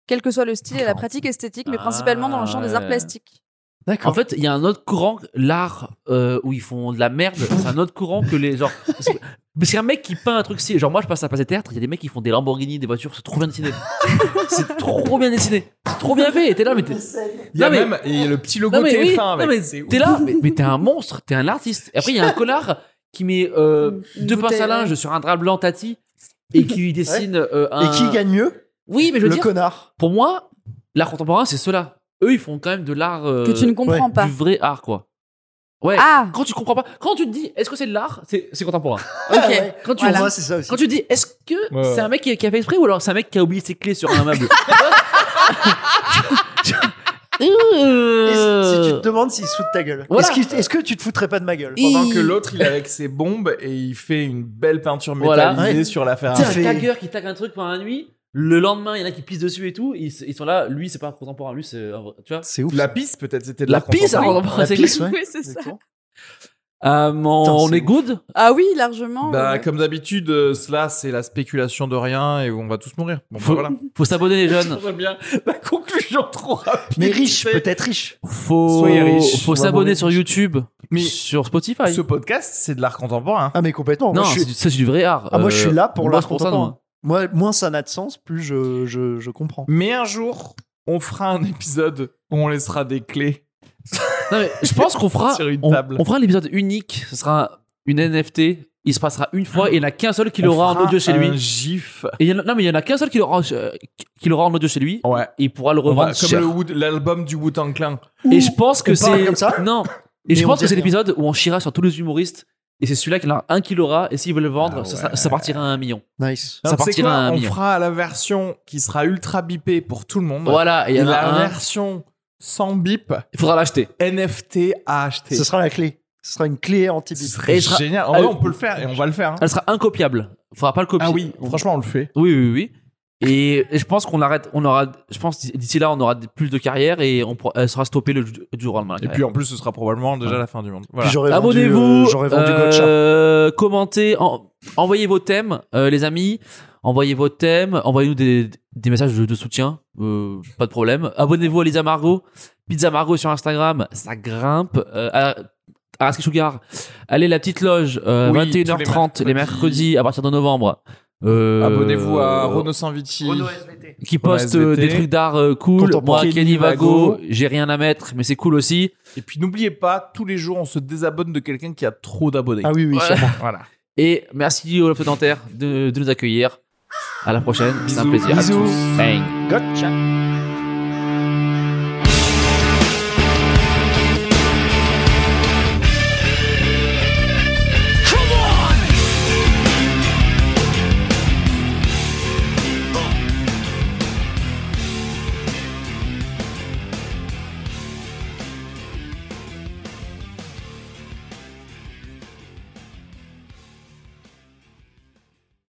Speaker 5: Quel que soit le style et la pratique esthétique, mais
Speaker 3: Ah,
Speaker 5: principalement dans le champ des arts
Speaker 3: ouais.
Speaker 5: plastiques.
Speaker 1: D'accord.
Speaker 3: En fait, il y a un autre courant, l'art euh, où ils font de la merde, c'est un autre courant que les genre. c'est- Parce qu'un mec qui peint un truc, c'est genre moi je passe à passer théâtre, il y a des mecs qui font des Lamborghini, des voitures, c'est trop bien dessiné. *laughs* c'est trop bien dessiné, c'est trop bien fait. Et t'es là, mais t'es
Speaker 2: Il y a
Speaker 3: Non, mais-
Speaker 2: même et il y a le petit logo
Speaker 3: Non, mais oui,
Speaker 2: TF1
Speaker 3: non, mais
Speaker 2: avec. C'est ouf.
Speaker 3: t'es
Speaker 1: *laughs*
Speaker 3: là, mais, mais t'es un monstre, t'es un artiste. Et après il y a un collard qui met euh,
Speaker 5: Une
Speaker 3: deux pinces à
Speaker 5: bouteille.
Speaker 3: linge sur un drap blanc tati et qui dessine euh, un.
Speaker 1: Et qui gagne mieux
Speaker 3: Oui, mais je veux
Speaker 1: Le
Speaker 3: dire,
Speaker 1: connard.
Speaker 3: pour moi, l'art contemporain c'est ceux-là. Eux ils font quand même de l'art euh,
Speaker 5: que tu ne comprends pas.
Speaker 3: du vrai art quoi. Ouais.
Speaker 5: Ah,
Speaker 3: Quand tu comprends pas, quand tu te dis est-ce que c'est de l'art, c'est c'est
Speaker 1: *laughs*
Speaker 3: contemporain.
Speaker 1: Ah
Speaker 5: ok.
Speaker 1: ouais.
Speaker 3: Quand tu
Speaker 1: Pour
Speaker 5: Voilà.
Speaker 1: moi, c'est ça aussi.
Speaker 3: quand tu dis est-ce que
Speaker 2: Ouais, ouais.
Speaker 3: c'est un mec qui, qui a fait exprès ou alors c'est un mec qui a oublié ses clés sur un *laughs*
Speaker 1: *laughs*
Speaker 3: meuble.
Speaker 1: Et si, si tu
Speaker 3: Euh,
Speaker 1: te demandes s'il se fout de ta gueule.
Speaker 3: Voilà.
Speaker 1: Est-ce, qu'il- est-ce que tu te foutrais pas de ma gueule
Speaker 2: Pendant que
Speaker 3: Il-
Speaker 2: l'autre, il est avec ses bombes et il fait une belle peinture
Speaker 3: Voilà.
Speaker 2: métallisée sur la
Speaker 3: Tu
Speaker 2: Ferrari.
Speaker 3: sais, un
Speaker 1: fait-
Speaker 3: tagueur qui tague un truc pendant la nuit, le lendemain il y en a qui pissent dessus et tout, ils, ils sont là, lui c'est pas contemporain, lui c'est un vrai- tu vois.
Speaker 1: C'est ouf.
Speaker 2: La pisse, peut-être, c'était de
Speaker 3: La
Speaker 2: la
Speaker 3: pisse,
Speaker 2: contemporaine.
Speaker 3: alors, contemporain,
Speaker 1: La
Speaker 3: c'est
Speaker 1: pisse, ouais.
Speaker 5: *laughs* Oui, c'est ça.
Speaker 3: Euh, mon-
Speaker 1: Putain,
Speaker 3: on
Speaker 1: c'est
Speaker 3: est good
Speaker 5: Ah oui, largement.
Speaker 2: Bah,
Speaker 5: ouais.
Speaker 2: comme d'habitude, euh, cela, c'est la spéculation de rien et on va tous mourir. Bon, bah,
Speaker 3: Faut-
Speaker 2: voilà.
Speaker 3: Faut s'abonner les jeunes. *laughs*
Speaker 2: J'aime bien la conclusion trop rapide.
Speaker 1: *laughs* Mais riche,
Speaker 2: tu sais.
Speaker 1: peut-être riche.
Speaker 3: Faut
Speaker 2: Soyez riches.
Speaker 3: faut
Speaker 2: Soyez
Speaker 3: s'abonner
Speaker 2: riches.
Speaker 3: sur YouTube,
Speaker 2: Mais
Speaker 3: sur Spotify.
Speaker 2: ce podcast, c'est de l'art contemporain.
Speaker 1: Ah, mais complètement.
Speaker 3: Non,
Speaker 1: moi, je
Speaker 3: c'est
Speaker 1: suis,
Speaker 3: du- ça, c'est du vrai art.
Speaker 1: ah, moi, je
Speaker 3: Euh,
Speaker 1: suis là pour
Speaker 3: moi,
Speaker 1: l'art
Speaker 3: c'est pour ça,
Speaker 1: contemporain.
Speaker 3: non.
Speaker 1: Moi, moins ça n'a de sens, plus je, je, je comprends.
Speaker 2: Mais un jour, on fera un épisode où on laissera des clés.
Speaker 3: Euh, Non, mais je pense qu'on
Speaker 2: *laughs*
Speaker 3: fera
Speaker 2: Sur une
Speaker 3: on,
Speaker 2: table.
Speaker 3: on fera l'épisode unique. Ce sera une NFT. Il se passera une fois et il n'y en a qu'un seul qui
Speaker 2: On
Speaker 3: l'aura en
Speaker 2: fera
Speaker 3: audio chez
Speaker 2: Un
Speaker 3: lui.
Speaker 2: gif.
Speaker 3: Et il y en a- non mais il y en a qu'un seul qui l'aura euh, qui l'aura en audio chez lui.
Speaker 2: Ouais.
Speaker 3: Et il pourra le
Speaker 2: On va-
Speaker 3: revendre
Speaker 2: comme
Speaker 3: cher.
Speaker 2: le Wood- l'album du Wu-Tang Clan.
Speaker 3: Et je pense que
Speaker 1: On parle
Speaker 3: c'est
Speaker 1: comme ça
Speaker 3: non. Et
Speaker 1: Et
Speaker 3: je
Speaker 1: on
Speaker 3: pense que
Speaker 1: dit
Speaker 3: c'est
Speaker 1: rien.
Speaker 3: l'épisode où on chira sur tous les humoristes. Et c'est celui-là qu'il y en a un qui l'aura. Et s'il veut le vendre,
Speaker 2: Ah
Speaker 3: ça- ça, ça partira à un million.
Speaker 1: Nice.
Speaker 3: Ça
Speaker 2: Non, tu sais
Speaker 3: partira
Speaker 2: quoi,
Speaker 3: à un
Speaker 2: on
Speaker 3: million.
Speaker 2: fera la version qui sera ultra bipée pour tout le monde.
Speaker 3: Voilà. Et il y
Speaker 2: Et
Speaker 3: en
Speaker 2: la
Speaker 3: a un.
Speaker 2: version sans bip,
Speaker 3: Il faudra l'acheter.
Speaker 2: NFT à acheter.
Speaker 1: Ce sera la clé. Ce sera une clé anti-bip.
Speaker 2: Ce serait
Speaker 3: Et ce sera-
Speaker 2: génial. En
Speaker 3: Ah
Speaker 2: vrai,
Speaker 3: oui.
Speaker 2: on peut le faire et on va le faire. hein.
Speaker 3: Elle sera incopiable. Faudra pas le copier.
Speaker 2: Ah oui, franchement, on le fait.
Speaker 3: Oui, oui, oui. Et, et je pense qu'on arrête. On aura, je pense d'ici- d'ici là, on aura des- plus de carrière et on pourra- elle sera stoppée le ju- du jour au lendemain. la
Speaker 2: Et puis
Speaker 3: carrière.
Speaker 2: en plus, ce sera probablement déjà la fin du monde. Voilà.
Speaker 1: Puis j'aurais vendu, euh,
Speaker 3: abonnez-vous,
Speaker 1: J'aurais vendu
Speaker 3: euh,
Speaker 1: Gotcha.
Speaker 3: commentez, en- envoyez vos thèmes, euh, les amis. Envoyez vos thèmes, envoyez-nous des, des messages de, de soutien, euh, pas de problème. Abonnez-vous à Lisa Margot, Pizza Margot sur Instagram, ça grimpe. Euh, à- à Araski Sugar, allez la petite loge, euh,
Speaker 2: Oui,
Speaker 3: 21h30
Speaker 2: tous
Speaker 3: les
Speaker 2: les mercredis.
Speaker 3: mercredis à partir de novembre. Euh,
Speaker 2: Abonnez-vous à Renaud Sanviti.
Speaker 3: qui
Speaker 2: Pour la
Speaker 3: poste euh,
Speaker 2: SVT.
Speaker 3: des trucs d'art euh, cool.
Speaker 1: Contemporain.
Speaker 3: Moi, Kenny
Speaker 2: Kenny
Speaker 3: Vago,
Speaker 2: Vago.
Speaker 3: j'ai rien à mettre, mais c'est cool aussi.
Speaker 2: Et puis n'oubliez pas, tous les jours, on se désabonne de quelqu'un qui a trop d'abonnés.
Speaker 1: Ah oui, oui.
Speaker 3: Ouais.
Speaker 1: sûrement.
Speaker 2: Voilà.
Speaker 3: Et merci au Loft Dentaire de, de nous accueillir. À la prochaine, c'est un
Speaker 2: Bisous.
Speaker 3: plaisir.
Speaker 2: Bisous.
Speaker 3: Bang.
Speaker 1: Gotcha.